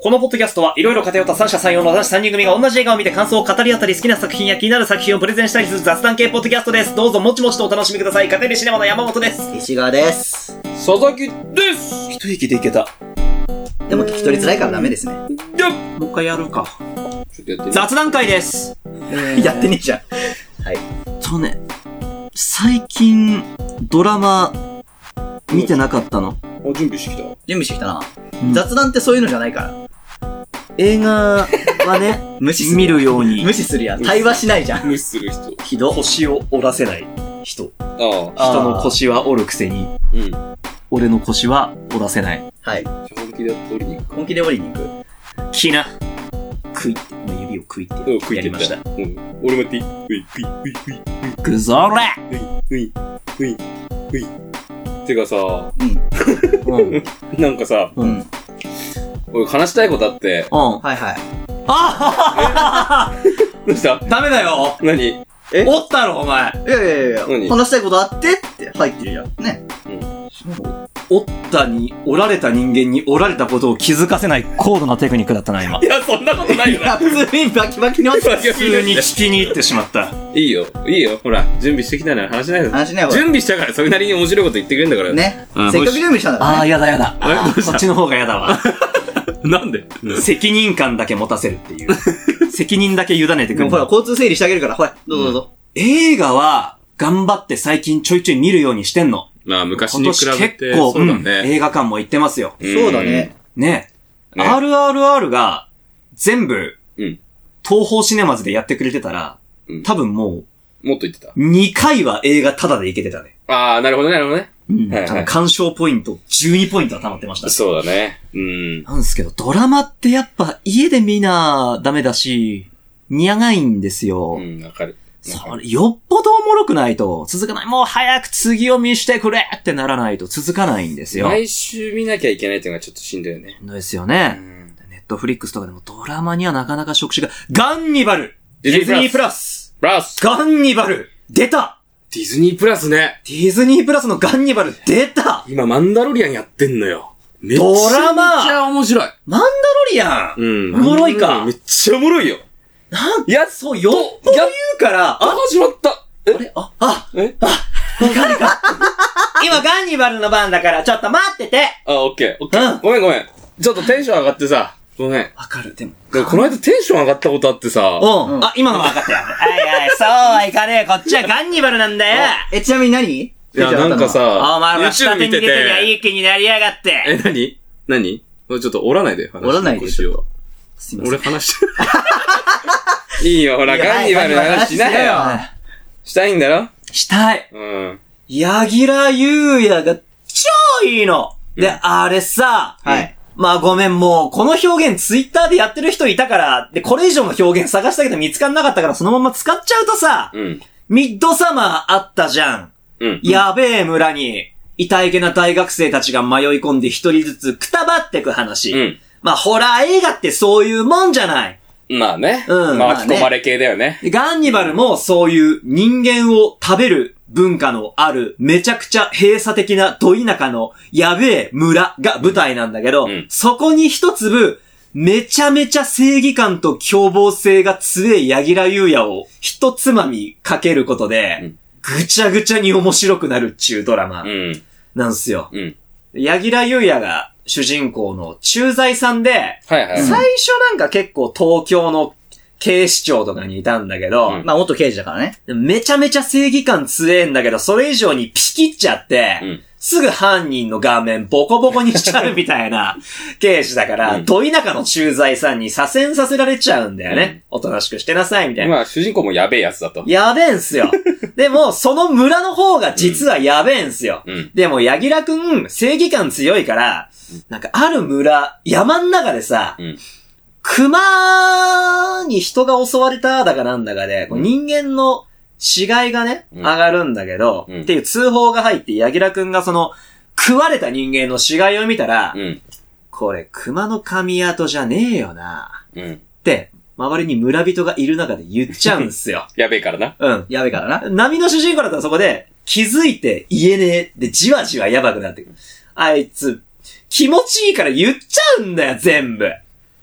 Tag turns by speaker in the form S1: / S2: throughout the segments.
S1: このポッドキャストはいろいろ偏った三者三様の男子三人組が同じ映画を見て感想を語り合ったり好きな作品や気になる作品をプレゼンしたりする雑談系ポッドキャストです。どうぞもちもちとお楽しみください。片入れシネマの山本です。
S2: 石川です。
S3: 佐々木です
S1: 一息でいけた。
S2: でも聞き取りづらいからダメですね。
S3: や
S1: もう一回やるか。
S3: ちょっとやってみ
S1: 雑談会です。
S2: やってねえじゃん。
S4: とね、最近、ドラマ、見てなかったの。
S3: あ、準備してきた。
S2: 準備してきたな。
S4: うん
S2: 雑談ってそういうのじゃないから。
S4: 映画はね、
S2: 無視する。
S4: 見るように。
S2: 無視するやん。対話しないじゃん。
S3: 無視する人。
S2: ひど。
S1: 腰を折らせない人。
S3: ああ、
S2: あー
S1: 人の腰は折るくせに、
S3: うん。
S1: 俺の腰は折らせない。
S2: はい。
S3: 本気で取りに行くか。
S2: 本気で降りに行く。
S1: きな。食いって、指を食いって。
S3: うん、食い
S1: や
S3: て
S1: り
S3: っ
S1: ました。
S3: うん。俺もやっていいふい、ふい、ふい、ふい、
S1: くぞれ
S3: ふい、ふい、ふい。てかさ、
S2: うん。
S4: うん。
S3: なんかさ、
S4: う。
S2: うんん。
S3: 俺話したいことあって。
S4: うん。
S2: はいはい。
S3: どうした
S1: ダメだよ
S3: 何
S2: え
S1: 折ったろ、お前
S2: いやいやいやい
S3: 何
S2: や、話したいことあってって入ってるじゃん。ね。
S1: 折ったに、折られた人間に折られたことを気づかせない高度なテクニックだったな、今
S3: い。や、そんなことないよ
S2: いや、
S3: な。
S2: 普通にバキバキに落ちた。
S3: 普
S1: 普通に聞きに行ってしまった。
S3: いいよ、いいよ。ほら、準備してきたなら話しないで。
S2: 話しないわ。
S3: 準備したから、それなりに面白いこと言ってくれるんだから。。
S2: ね。
S3: うん
S2: せっかく準備したんだ
S1: あ
S2: か
S1: あ、やだやだ。
S3: えどうした
S1: そっちの方がやだ わ。
S3: なんで
S1: 責任感だけ持たせるって いう。責任だけ委ねて
S2: ら
S1: く
S2: ね。
S1: る
S2: ほ。ら、交通整理してあげるから、ほら、どうぞどうぞ。
S1: 映画は、頑張って最近ちょいちょい見るようにしてんの。
S3: まあ、昔
S1: 今
S3: に比
S1: 年
S3: べて、
S1: 結構、
S3: そうだ
S1: うん
S3: ね。
S1: 映画館も行ってますよ。
S3: ん
S2: そうだね。
S1: ね。
S3: ね
S1: RRR が、全部、
S3: うん
S1: 東宝シネマズでやってくれてたら、
S3: うん
S1: 多分も
S3: もっと言ってた。
S1: う、2回は映画タダで行けてたね。
S3: ああ、なるほどね、なるほどね。
S1: うん
S3: はいはい
S1: 多分鑑賞ポイント12ポイントは溜まってました。
S3: そうだね。うん。
S4: なんですけど、ドラマってやっぱ家で見なダメだし、似合がいんですよ。
S3: うん、わかる。
S4: それ、よっぽどおもろくないと、続かない。もう早く次を見してくれってならないと続かないんですよ。
S3: 毎週見なきゃいけないっていうのがちょっとしんどいよね。
S4: ですよ
S3: う
S4: ね。
S3: ん。
S4: ネットフリックスとかでもドラマにはなかなか触手が、ガンニバル
S3: デ
S1: ディズニープ
S3: ラ
S1: ラス
S3: ス。プラス
S1: ガンニバル出た
S3: ディズニープラスね。
S1: ディズニープラスのガンニバル出た
S3: 今、マンダロリアンやってんのよ。めっちゃ
S1: ドラマ
S3: めっちゃ面白い。
S1: マンダロリアン
S3: うん。
S1: おもろいか
S3: うんめっちゃおもろいよ。
S1: なん
S3: やっ
S1: そう、よっぽど言うから、
S3: あ、
S1: あ、
S3: 始まった。え
S1: あれあ、あ、
S3: え
S1: 今ガンニバルの番だからちょっと待ってて
S3: あ、オッケー、オッケ
S1: うん
S3: ー。ごめんごめん。ちょっとテンション上がってさ。ごめん。
S1: わかる、でも。
S3: でこの間テンション上がったことあってさ。
S1: うん。
S2: うん
S1: あ、今の分かったよ。はいはい、そうはいかねえ。こっちはガンニバルなんだよ。
S2: え、ちなみに何い
S3: いや、なんか、さ、
S1: お前は下手
S3: YouTube
S1: に
S3: 見
S1: 出て
S3: て
S1: りゃい
S3: て。
S1: い気になりやがって。
S3: え、なになにちょっと折らないで。話
S2: 折らないで
S3: 腰
S2: ちょ
S3: を
S2: っとすいません。
S3: 俺話してる。 いいよ、ほら、
S2: いや
S3: ガンニバルの話
S2: ガ
S3: しな
S2: ンニバルの話しな
S3: よ
S2: よ。
S3: したいんだろ
S1: したい。
S3: うん。
S1: 柳楽優也が超いいの。で、
S3: うん
S1: あれさ、
S2: はい。
S1: まあごめん、もう、この表現ツイッターでやってる人いたから、で、これ以上の表現探したけど見つかんなかったからそのまま使っちゃうとさ、
S3: うん。
S1: ミッドサマーあったじゃん。
S3: うん。
S1: やべえ村に、いたいけな大学生たちが迷い込んで一人ずつくたばってく話。
S3: うん。
S1: まあ、ホラー映画ってそういうもんじゃない。
S3: まあね。
S1: うん
S3: 巻き込まれ系だよね。
S1: でガンニバルもそういう人間を食べる文化のあるめちゃくちゃ閉鎖的など田舎のやべえ村が舞台なんだけど、
S3: うん
S1: そこに一粒めちゃめちゃ正義感と凶暴性が強い柳楽優也を一つまみかけることで、
S3: うん
S1: ぐちゃぐちゃに面白くなるっちゅうドラマ
S3: うん。
S1: なんすよ。
S3: うん。
S1: 柳楽優也が主人公の駐在さんで、
S3: はいは
S1: 最
S3: い。
S1: 初なんか結構東京の警視庁とかにいたんだけど、
S3: うん
S2: まあ、元刑事だからね。
S1: めちゃめちゃ正義感強えんだけど、それ以上にピキっちゃって、
S3: うん
S1: すぐ犯人の画面ボコボコにしちゃうみたい な刑事だから、
S3: うん
S1: ど田舎の駐在さんに左遷させられちゃうんだよね。おとなしくしてなさいみたいな。
S3: まあ、主人公もやべえやつだと。
S1: やべえんす よ。でも、その村の方が実はやべえんすよ。
S3: うん。
S1: でも、ヤギラくん、正義感強いから、なんか、ある村、山ん中でさ、
S3: うん
S1: 熊に人が襲われただかなんだかで、こう
S3: うん
S1: 人間の死骸がね、
S3: うん
S1: 上がるんだけど、
S3: うん
S1: っていう通報が入って、ヤギラくんがその、食われた人間の死骸を見たら、
S3: うん。
S1: これ、熊の髪跡じゃねえよな、
S3: うん。
S1: って、周りに村人がいる中で言っちゃうんすよ。
S3: やべえからな。
S1: うん。
S2: やべえからな。
S1: 波の主人公だったらそこで、気づいて言えねえで、じわじわやばくなってくる。あいつ、気持ちいいから言っちゃうんだよ、全部。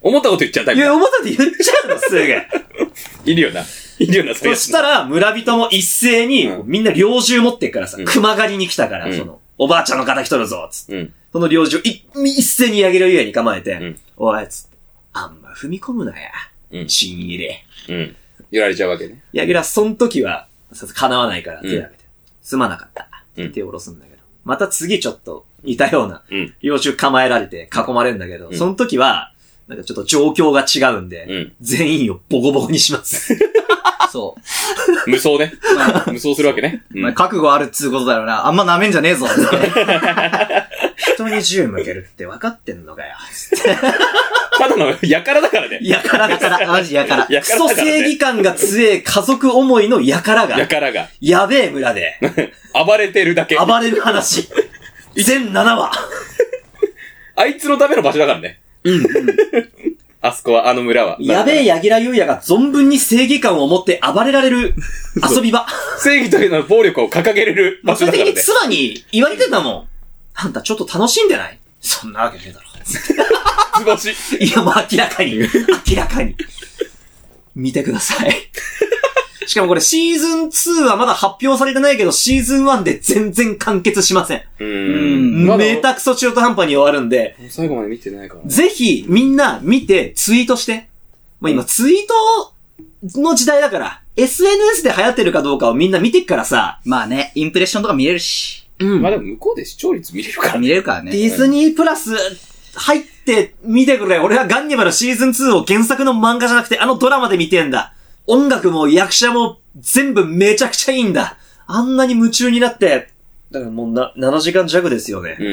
S3: 思ったこと言っちゃダ
S1: い
S3: メだ。
S1: や、思ったって言っちゃうの、す ぐ。
S3: いるよな。いるよな、そうい
S1: そ
S3: うやつ
S1: したら、村人も一斉に、
S3: うん
S1: みんな猟銃持ってっからさ、
S3: うん
S1: 熊狩りに来たから、
S3: うん
S1: その、おばあちゃんの敵取るぞ、つって。
S3: うん。
S1: その猟銃をい一斉にやげるゆえに構えて、
S3: ん
S1: おい、つって、あんま踏み込むなや。
S3: うん
S1: チン入れ。
S3: うん。揺られちゃうわけね。
S1: ヤギラ、その時は、さ叶わないから手を挙げて、すまなかった。
S3: うん
S1: 手を下ろすんだけど。また次ちょっと似たような
S3: うん、
S1: 幼虫構えられて囲まれるんだけど、
S3: うん
S1: その時は、なんかちょっと状況が違うんで、
S3: うん。
S1: 全員をボコボコにします。
S2: そう。
S3: 無双ね。
S2: まあ
S3: 無双するわけね。
S2: お
S3: う
S2: 前
S3: ん。
S2: 覚悟あるっつうことだろうな。あんま舐めんじゃねえぞ。
S1: 人に銃向けるって分かってんのかよ。
S3: ただの、やからだからね。
S1: やからだから、マジやから。
S3: や
S1: ク
S3: からだ
S1: ソ
S3: からね
S1: 正義感が強え家族思いのやからが
S3: や、からが。
S1: やべえ村で、
S3: 暴れてるだけ。
S1: 暴れる話。 全7話。
S3: あいつのための場所だからね。 あそこは、あの村は。
S1: やべえヤギラユウヤが存分に正義感を持って暴れられ る遊び場。
S3: 正義というのは暴力を掲げれる場
S1: 最
S3: 所だ
S1: 終
S3: から
S1: 的
S3: ね
S1: に。妻に言われてたもん。あんたちょっと楽しんでないそんなわけねえだろ。
S3: 図星。
S1: いやもう明らかに、明らかに。見てくだ さい。しかもこれシーズン2はまだ発表されてないけど、シーズン1で全然完結しません。
S2: う
S3: う
S2: ん
S3: まだ
S1: めたくそ中途半端に終わるんで、
S3: 最後まで見てないから。
S1: ぜひみんな見てツイートして。もう今ツイートの時代だから、SNS で流行ってるかどうかをみんな見てっからさ、
S2: まあね、インプレッションとか見れるし。
S1: うん
S3: まあでも向こうで視聴率見れるからね。
S2: 見れるから
S1: デ
S2: ね。
S1: ィズニープラス入って見てくれ。俺はガンニバルシーズン2を原作の漫画じゃなくてあのドラマで見てんだ。音楽も役者も全部めちゃくちゃいいんだ。あんなに夢中になって。だからもうな、7時間弱ですよね。
S3: うん。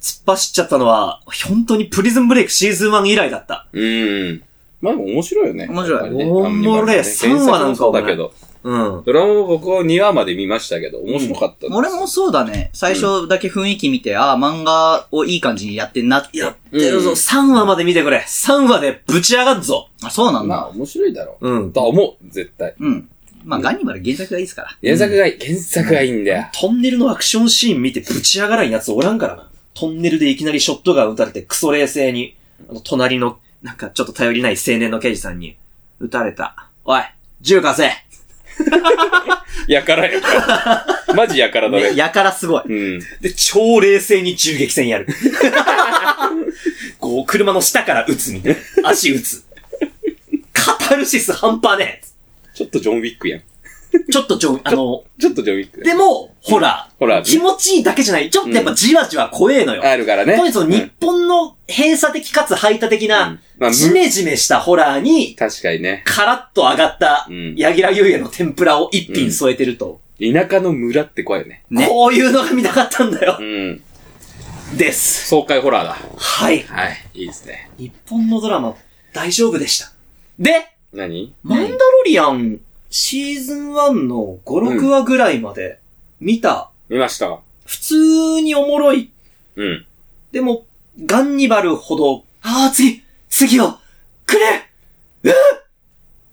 S1: 突っ走っちゃったのは、本当にプリズンブレイクシーズン1以来だった。
S3: うん。まあでも面白いよね。
S2: 面白い
S3: やっぱりね
S1: おもれえ
S3: アニメ
S1: 三話なんか
S3: 原作もそう
S1: もね
S3: だけど。
S1: うん。
S3: ドラマも僕は2話まで見ましたけど、面白かったです。
S2: 俺もそうだね。最初だけ雰囲気見て、ああ、漫画をいい感じにやってんなって。
S1: やってるぞ。
S3: うん
S1: 3話まで見てくれ。3話でぶち上がっぞ。
S2: あ、そうなん
S3: まあ
S2: だ。
S3: 面白いだろ
S1: うん
S3: う。。とは思う、絶対。
S2: うん。まあ、ガニバル原作がいいですから。
S3: 原作がいい。原作がいいんだよ。
S1: トンネルのアクションシーン見てぶち上がらんやつおらんからな。トンネルでいきなりショットガン撃たれてクソ冷静に、あの、隣の、なんかちょっと頼りない青年の刑事さんに、撃たれた。おい、銃貸せ
S3: やから やから。マジやからだ
S2: ね
S3: ね。
S2: やからすごい。
S3: うん。
S1: で、超冷静に銃撃戦や る。こう、車の下から撃つみたいな。足撃つ。カタルシス半端ね
S3: ちょっとジョン・ウィックやん。
S1: え。ちょっとちょ、あの、
S3: ちょっとジョン・ウィック。
S1: でも、ほら、
S3: ほら、
S1: 気持ちいいだけじゃない。ちょっとやっぱじわじわ怖えのよ。
S3: あるからね。
S1: とりあえず日本の閉鎖的かつ排他的
S3: う、
S1: なん
S3: まあ、
S1: ジ
S3: む
S1: メジメしたホラーに、
S3: 確かにね。
S1: カラッと上がった
S3: う、ん。
S1: ヤギラユウヤの天ぷらを一品添えてると、
S3: 田舎の村って怖いよね。
S2: ね
S1: こういうのが見たかったんだよ
S3: う。ん。
S1: です。
S3: 爽快ホラーだ。
S1: はい。
S3: はい。いいですね。
S1: 日本のドラマ、大丈夫でした。で、
S3: 何
S1: マンダロリアン、シーズン1の5、6話ぐらいまで見た、
S3: 見ました。
S1: 普通におもろい、
S3: うん。
S1: でも、ガンニバルほど、ああ、次、次を、くれうっ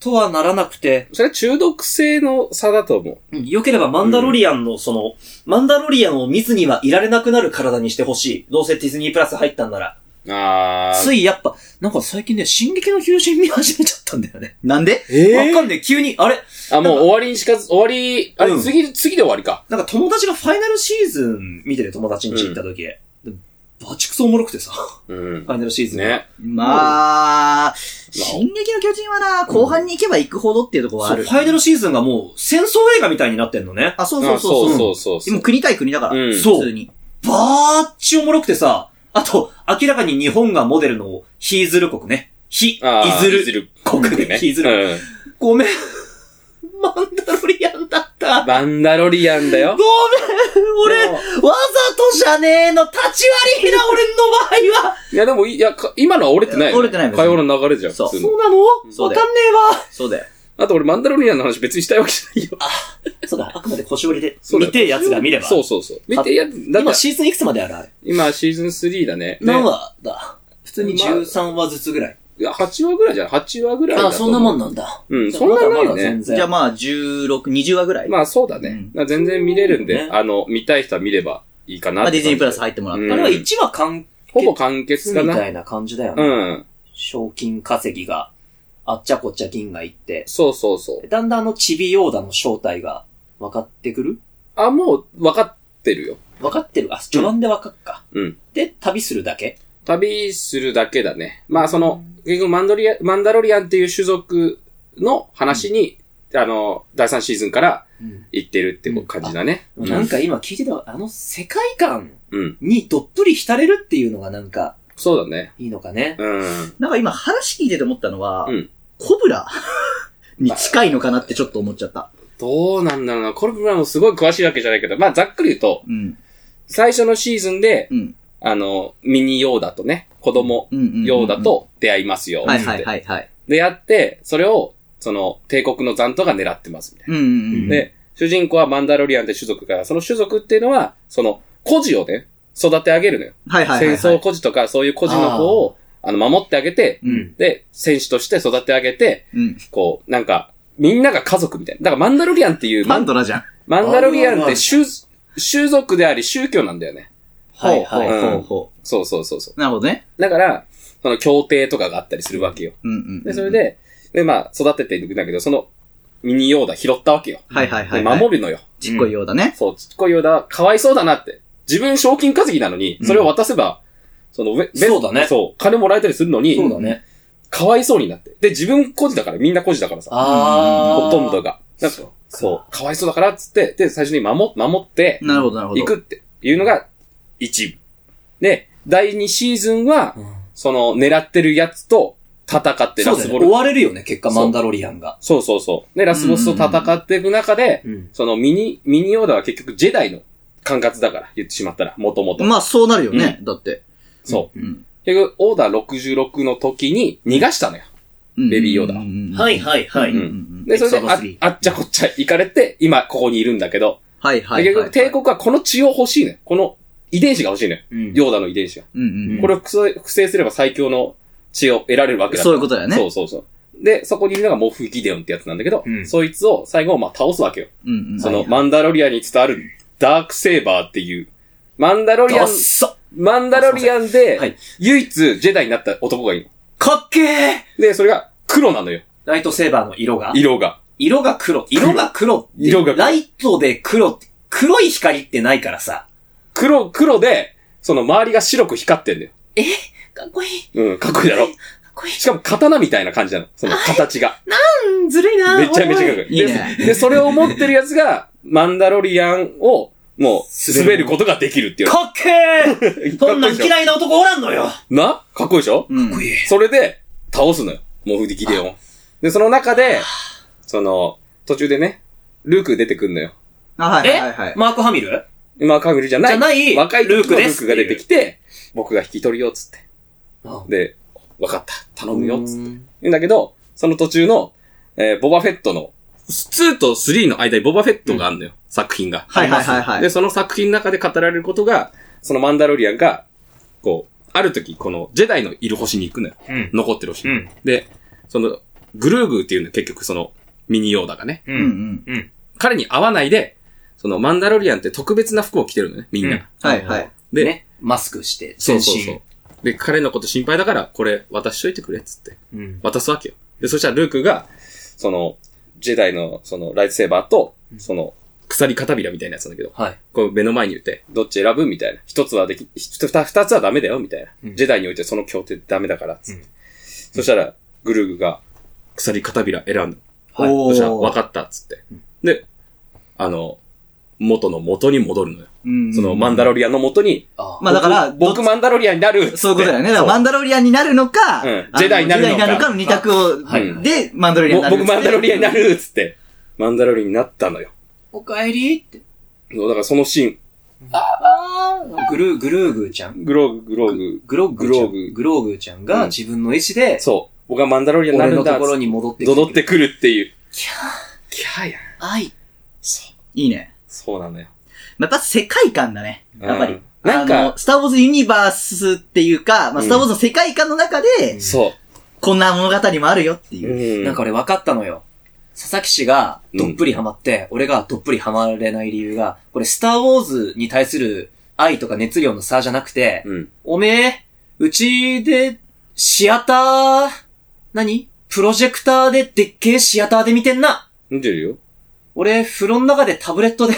S1: とはならなくて、
S3: それは中毒性の差だと思
S1: うん良ければマンダロリアンのその、マンダロリアンを見ずにはいられなくなる体にしてほしい。どうせディズニープラス入ったんなら。
S3: う。あー。
S1: ついやっぱ、なんか最近ね、進撃の巨人見始めちゃったんだよね。
S2: なんで
S1: わ、
S3: え
S1: かんねえ、急に、あれ
S3: あ、もう終わりにしかず、終わり、あ
S1: う
S3: れ、
S1: ん
S3: 次、次で終わりか。
S1: なんか友達がファイナルシーズン見てて友達に行った時、バチクソおもろくてさ、フ
S3: うん。
S1: ァイナルシーズン。
S3: ね。
S2: まあ、進撃の巨人はな、後半に行けば行くほどっていうところは
S1: そ
S2: あ
S1: う、
S2: る
S1: フ。ァイナルシーズンがもう戦争映画みたいになってんのね。
S2: あ、そうそ
S3: あ
S2: うそうそう。
S3: そうそうそう。
S2: 今国対国だから、
S3: うん
S2: 普通に。
S1: バーッチおもろくてさ、あと、明らかに日本がモデルのヒーズル国ね。ヒ、イ
S3: あー
S1: ズル
S3: る
S1: 国ね。
S3: ね。
S1: ヒーズル
S3: うん。
S1: ごめん。マンダロリアンだった。
S3: バンダロリアン
S1: ご
S3: だよ
S1: め。ん。俺、わ
S3: も
S1: ざとじゃねえの。立ち割りだ、俺の場合は。
S3: いや、でもい、いや、か今のは折れてないよね。
S2: 折れてない
S3: 会話の流れじゃん。
S2: そう
S3: 普通の
S1: そうなの
S2: そう
S1: わ
S2: だよ
S1: かんね
S2: そうだよ。
S3: あと俺、マンダロリアンの話別にしたいわけじゃないよ。
S1: えわ。そうだ、あくまで腰折りで。
S3: そうだよ
S1: 見てえやつが見れば。
S3: そうそうそう。見て、いや、だって
S1: 今、シーズンいくつまであるあれ。
S3: 今、シーズン3だね。
S1: 何
S3: ね
S1: 話だ普通に
S3: まあ
S1: 13話ずつぐらい。
S3: いや、8話ぐらいじゃん。8話ぐらい
S1: あ、
S3: だと思う
S1: そんなもんなんだ。
S3: うん、そんな
S1: ま
S3: な
S1: だ
S3: い
S1: まだ
S3: ね
S1: 全。
S2: じゃあ
S1: 然。
S2: まあ、16、20話ぐらい。ま
S3: まあそうだね。
S2: うん
S3: だから全然見れるんで、
S1: ね
S3: あの、見たい人は見ればいいかな
S2: あ、
S3: って
S2: ディズニープラス
S3: 感
S2: 入ってもらっ
S3: う
S2: て。
S3: ん
S1: あれは1話完
S3: じほぼ完結
S1: 結
S3: か
S1: み
S3: な。
S1: たいな感じだよ
S3: う
S1: ね。
S3: ん。
S2: 賞金稼ぎが、あっちゃこっちゃ銀が行って、
S3: そうそうそう。
S2: だんだんあのチビヨーダの正体が分かってくる
S3: あ、もう、分かってるよ。
S2: 分かってるあ、序盤で分かっか。
S3: うん。
S2: で、旅するだけ
S3: 旅するだけだね。まあ、その、結局マンドリア、マンダロリアンっていう種族の話に、あの、第3シーズンから
S2: うん。
S3: 行ってるって感じだね。う
S2: なん
S3: ん。
S2: か今聞いてた、あの世界観
S3: うん。
S2: にどっぷり浸れるっていうのがなんか、
S3: そうだね。
S2: いいのかね。
S3: うん。
S2: なんか今話聞いてて思ったのは
S3: うん
S2: コブラに近いのかなってちょっと思っちゃった。
S3: どうなんだろうな。これもすごい詳しいわけじゃないけど、まあ、ざっくり言うと、
S2: うん。
S3: 最初のシーズンで、
S2: うん。
S3: あの、ミニヨーダとね、子供
S2: うんうんうん。
S3: ヨーダ、と出会いますよ。
S2: はいはい
S3: つって
S2: はいはい。
S3: で、やって、それを、その、帝国の残党が狙ってます、みた
S2: う
S3: い
S2: んうんうん。
S3: な。で、主人公はマンダロリアンって種族から、その種族っていうのは、その、孤児をね、育て上げるのよ。
S2: はいはいはいはい。
S3: 戦争孤児とか、そういう孤児の子を、あの、守ってあげて、
S2: うん。
S3: で、戦士として育て上げて、
S2: うん。
S3: こう、なんか、みんなが家族みたいな。だからマンダロリアンっ ていう、
S2: パ
S3: マ
S2: ン
S3: ン
S2: ドラじゃん。
S3: マンダロリアン
S5: あ
S3: っ
S5: るあ
S3: て
S5: る
S3: 種、種族であり宗教なんだよね。
S2: はいはい
S3: うん
S2: ほうほ。
S3: そうそうそうそう
S2: なるほどね。
S3: う。だから、その協定とかがあったりするわけよ。
S2: うんうんうん。
S3: で、それ、で、で、まあ、育てていくんだけど、その、ミニヨーダ拾ったわけよ。
S2: はいはいはい
S3: で
S2: はい。
S3: 守るのよ。
S2: ちっこいようだね。
S3: そう、ちっこいヨーダはかわいそうだなって。自分賞金稼ぎなのに、それを渡せば、その、ウェベ
S5: そうだね
S3: そう、金もらえたりするのに、
S5: そうだね。
S3: かわいそうになって。で、自分孤児だから、みんな孤児だからさ。
S5: あー。
S3: ほとんどが。なんか
S5: そうか
S3: そう、かわいそうだからっつって、で、最初に守、守って、
S2: なるほどなるほど。
S3: 行くっていうのが、一部。で、第2シーズンは、その、狙ってるやつと戦って、
S5: そう
S3: ラ
S5: です
S3: ス
S5: ね。
S3: ボ
S5: 追
S3: ル
S5: われるよね、結果、
S3: そう
S5: マンダロリアンが。
S3: そうそうそう。で、ラスボスと戦っていく中で、
S5: うん。
S3: そのミニ、ミニヨーダは結局ジェダイの管轄だから、言ってしまったら、もともと。
S2: まあそうなるよね。だって。
S3: そう。
S2: うん。
S3: 結局、オーダー66の時に逃がしたのよ。ベビーヨーダ
S2: ダ。
S5: はいいはいは
S2: うんう
S5: い。
S2: ん
S3: で、それ
S5: エピソード3
S3: であ、あっちゃこっちゃ行かれて、今ここにいるんだけど、
S2: はいはい。
S3: 結局、帝国はこの血を欲しいのよ。この遺伝子が欲しいのよ。
S5: うん
S3: ヨーダの遺伝子が。
S2: うんうん。
S3: これを複製複製すれば最強の血を得られるわけだか
S2: そ
S3: ら
S2: ういうことだよね
S3: そうそうそう。で、そこにいるのがモフギデオンってやつなんだけど、
S5: うん
S3: そいつを最後、まあ倒すわけよ。
S2: うんうん。
S3: その、マンダロリアンに伝わるダークセーバーっていう、マンダロリア
S5: ダ
S3: ン
S5: ッ、サ
S3: マンダロリアン
S5: は
S3: で
S5: い、
S3: 唯一ジェダイになった男がいる
S5: かっけー
S3: の。で、それが黒なのよ、
S5: ライトセーバーの色が
S3: 色が。
S5: 色が 黒。色が黒って。
S3: 色が黒
S5: ライトで黒って、黒い光ってないからさ。
S3: 黒、黒で、その周りが白く光ってんだよ。
S5: かっこいい。
S3: うん、かっこいいだろ。
S5: こいい
S3: しかも刀みたいな感じなの、その形 が。
S5: うん、ずるいな
S3: めちゃめちゃかっ
S5: い。
S3: こいい。
S2: いいね
S3: で、でそれを持ってるやつが、マンダロリアンを、もう、滑ることができる っていう。
S5: かっけー
S3: かっ
S5: そ
S3: こ
S5: ん
S3: いい
S5: な
S3: で
S5: ん
S3: しょ
S5: 嫌いな男おらんのよか
S3: なかっこいいでしょ
S2: うん、か
S5: っこいい。
S3: それで、倒すのよ。モフディギデオン。で、その中で、その、途中でね、ルーク出てくんのよ。
S2: あ、はいはいはいはい。
S5: マーク・ハミル
S3: 今、カグリじゃない。
S5: じゃない
S3: 若い時の
S5: ルークです
S3: ルークが出てきて、僕が引き取りよ、つって。
S5: あ
S3: で、わかった。頼むよ、つって。言うんだけど、その途中の、えーボバフェットの、2と3の間にボバフェットがあるのよ、作品が。
S2: はいはいはいはい
S3: で、その作品の中で語られることが、そのマンダロリアンが、こう、ある時、この、ジェダイのいる星に行くのよ。
S5: うん
S3: 残ってる星に。
S5: ん。
S3: で、その、グルーグーっていうのは結局その、ミニヨーダがね、
S5: う
S2: うんう。ん。
S3: 彼に会わないで、その、マンダロリアンって特別な服を着てるのね、みんな。
S5: うん
S2: はいはい。
S3: で、
S5: ね。マスクして、
S3: そ
S5: 全
S3: うそう
S5: 身。
S3: そう。で、彼のこと心配だから、これ渡しといてくれ、つって。
S5: うん
S3: 渡すわけよ。で、そしたらルークが、その、ジェダイの、その、ライトセーバーと、その、鎖片びらみたいなやつなんだけど、
S5: はい。
S3: こう目の前に言って、どっち選ぶみたいな。一つはでき、ひふた二つはダメだよ、みたいな。
S5: うん
S3: ジェダイにおいてその協定ダメだから、つって。
S5: うん
S3: そしたら、グルーグが、鎖片びら選んだ。
S5: はい
S2: お
S3: そ
S2: ー
S3: したら、わかった、つって。で、あの、元の元に戻るのよ。
S2: うん
S3: その、マンダロリアンの元に、
S5: あ
S2: まあだから、
S3: 僕僕マンダロリアンになるっつって
S2: そういうことだよね。だからマンダロリアンになるのか、
S3: うん
S2: あの
S3: ジェダイになるのか
S2: ジェダイの二択を、
S5: はい
S2: で、マンダロリアンにな
S3: ぼ
S2: るっつ
S3: 僕
S2: って。
S3: マンダロリアンになるっつって、マンダロリアンになったのよ。
S5: おかえりって。
S3: そうだからそのシーン、
S5: グルー、グルーグーちゃん
S3: グローグ、グローグ。
S5: グロッグーちゃん
S3: グローグー
S5: グローグーちゃん
S3: うん
S5: が自分の意志で、
S3: そう。僕はマンダロリアンにな
S5: 俺
S3: る
S5: の
S3: んだ
S5: と
S3: っ
S5: こ
S3: つ
S5: ろ
S3: って。
S5: に戻って
S3: 戻ってくるっていう。
S5: きゃー、
S3: キャーやん。
S5: 愛。
S2: いいね。
S3: そうなのよ。
S2: まあやっぱ世界観だね。やっぱり。
S3: うんな
S2: あ
S3: んか
S2: の、、スターウォーズユニバースっていうか、まあ、スターウォーズの世界観の中で、
S3: そ
S2: こんな物語もあるよって
S3: う。
S2: いう。
S3: うん
S5: なんか俺分かったのよ。佐々木氏がどっぷりハマって、俺がどっぷりハマれない理由が、これスターウォーズに対する愛とか熱量の差じゃなくて、
S3: うん。
S5: おめえ、うちで
S1: シアター、何プロジェクターででっけえシアターで見てんな。
S3: 見てるよ。
S1: 俺、風呂の中でタブレット で。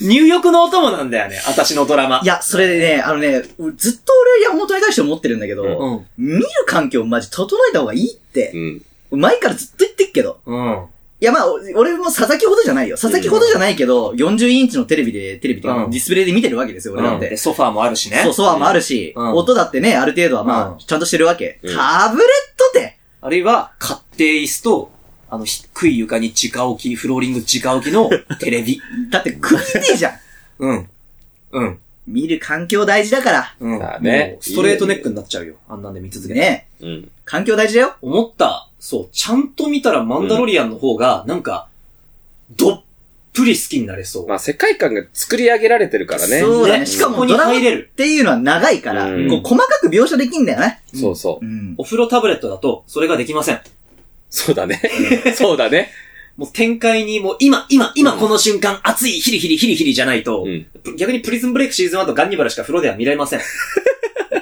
S1: 入浴のお供なんだよね、私のドラマ。
S2: いや、それでね、あのね、ずっと俺山本に対して思ってるんだけど、
S3: うん
S1: うん。
S2: 見る環境マジ整えた方がいいって
S3: う、ん。
S2: 前からずっと言ってっけど。
S1: うん。
S2: いや、まあ、お俺も佐々木ほどじゃないよ。佐々木ほどじゃないけど、40インチのテレビで、テレビというか
S1: うん
S2: ディスプレイで見てるわけですよ、俺だっ
S1: で、
S2: て。
S1: ソファーもあるしね。
S2: そう、ソファーもあるし、
S1: うん
S2: 音だってね、ある程度は
S1: う
S2: ま
S1: ん
S2: あ、ちゃんとしてるわけ。
S3: うん
S2: タブレットって、
S1: あるいは、買って椅子と、あの、低い床に直置き、フローリング直置き のテレビ。
S2: だってクリティじ ゃん。
S1: うん。うん。
S2: 見る環境大事だから。
S1: うん。
S3: だね
S1: もうストレートネックになっちゃうよ。あんなんで見続けて。
S2: ね
S3: うん。
S2: 環境大事だよ。
S1: 思った、そう、ちゃんと見たらマンダロリアンの方が、なんか、どっぷり好きになれそう。
S3: まあ、世界観が作り上げられてるからね。
S2: そうだね。
S1: ね
S2: しか
S1: そこ
S2: も
S1: に
S2: ドラマっ
S1: 入れる
S2: ていうのは長いから、
S3: うん
S2: こう細かく描写できんだよね。
S3: そうそう。
S2: うん。
S1: お風呂タブレットだと、それができません。
S3: そうだね。そうだね。
S1: もう展開に、もう今、今、今この瞬間、熱い、ヒリヒリヒリヒリじゃないと、
S3: うん。
S1: 逆にプリズンブレイクシーズン1とガンニバルしか風呂では見られませ ん。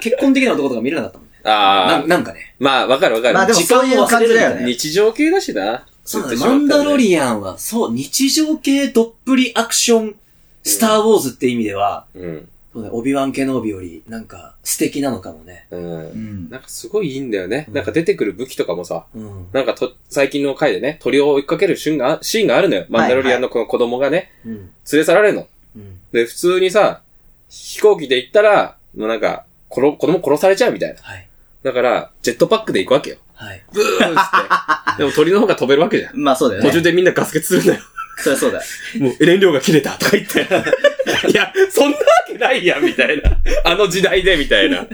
S1: 結婚的な男とか見れなかったもんね。な
S3: ああ。
S1: なんかね。
S3: まあ、わかるわかる。
S2: まあでもそういう感じだよね。
S3: 日常系だしな。
S1: そうだ
S3: ず
S1: ね。
S3: っとし
S1: マ
S3: まった
S1: ンダ
S3: ね
S1: ロリアンは、そう、日常系どっぷりアクション、スターウォーズって意味では、
S3: うん。
S1: そうね、オビワン・ケノービより、なんか、素敵なのかもね。
S3: う。
S2: うんん。
S3: なんかすごいいいんだよね。
S1: うん
S3: なんか出てくる武器とかもさ、
S1: うん。
S3: なんかと、最近の回でね、鳥を追いかけるシーンが、シーンがあるのよ。マンダロリアンのこの子供がね、
S1: うん。
S3: 連れ去られるの。
S1: うん。
S3: で、普通にさ、飛行機で行ったら、もうなんか、殺、子供殺されちゃうみたいな。
S1: はい。
S3: だから、ジェットパックで行くわけよ。
S1: はい。
S3: ブー ンって。でも鳥の方が飛べるわけじゃん。
S2: まあそうだよ
S3: 途中
S2: ね。
S3: でみんなガス欠するんだよ。
S2: そりゃそうだ。
S3: もう燃料が切れたとか 言って。いや、そんなわけないやん、みたいな。あの時代で、みたいな。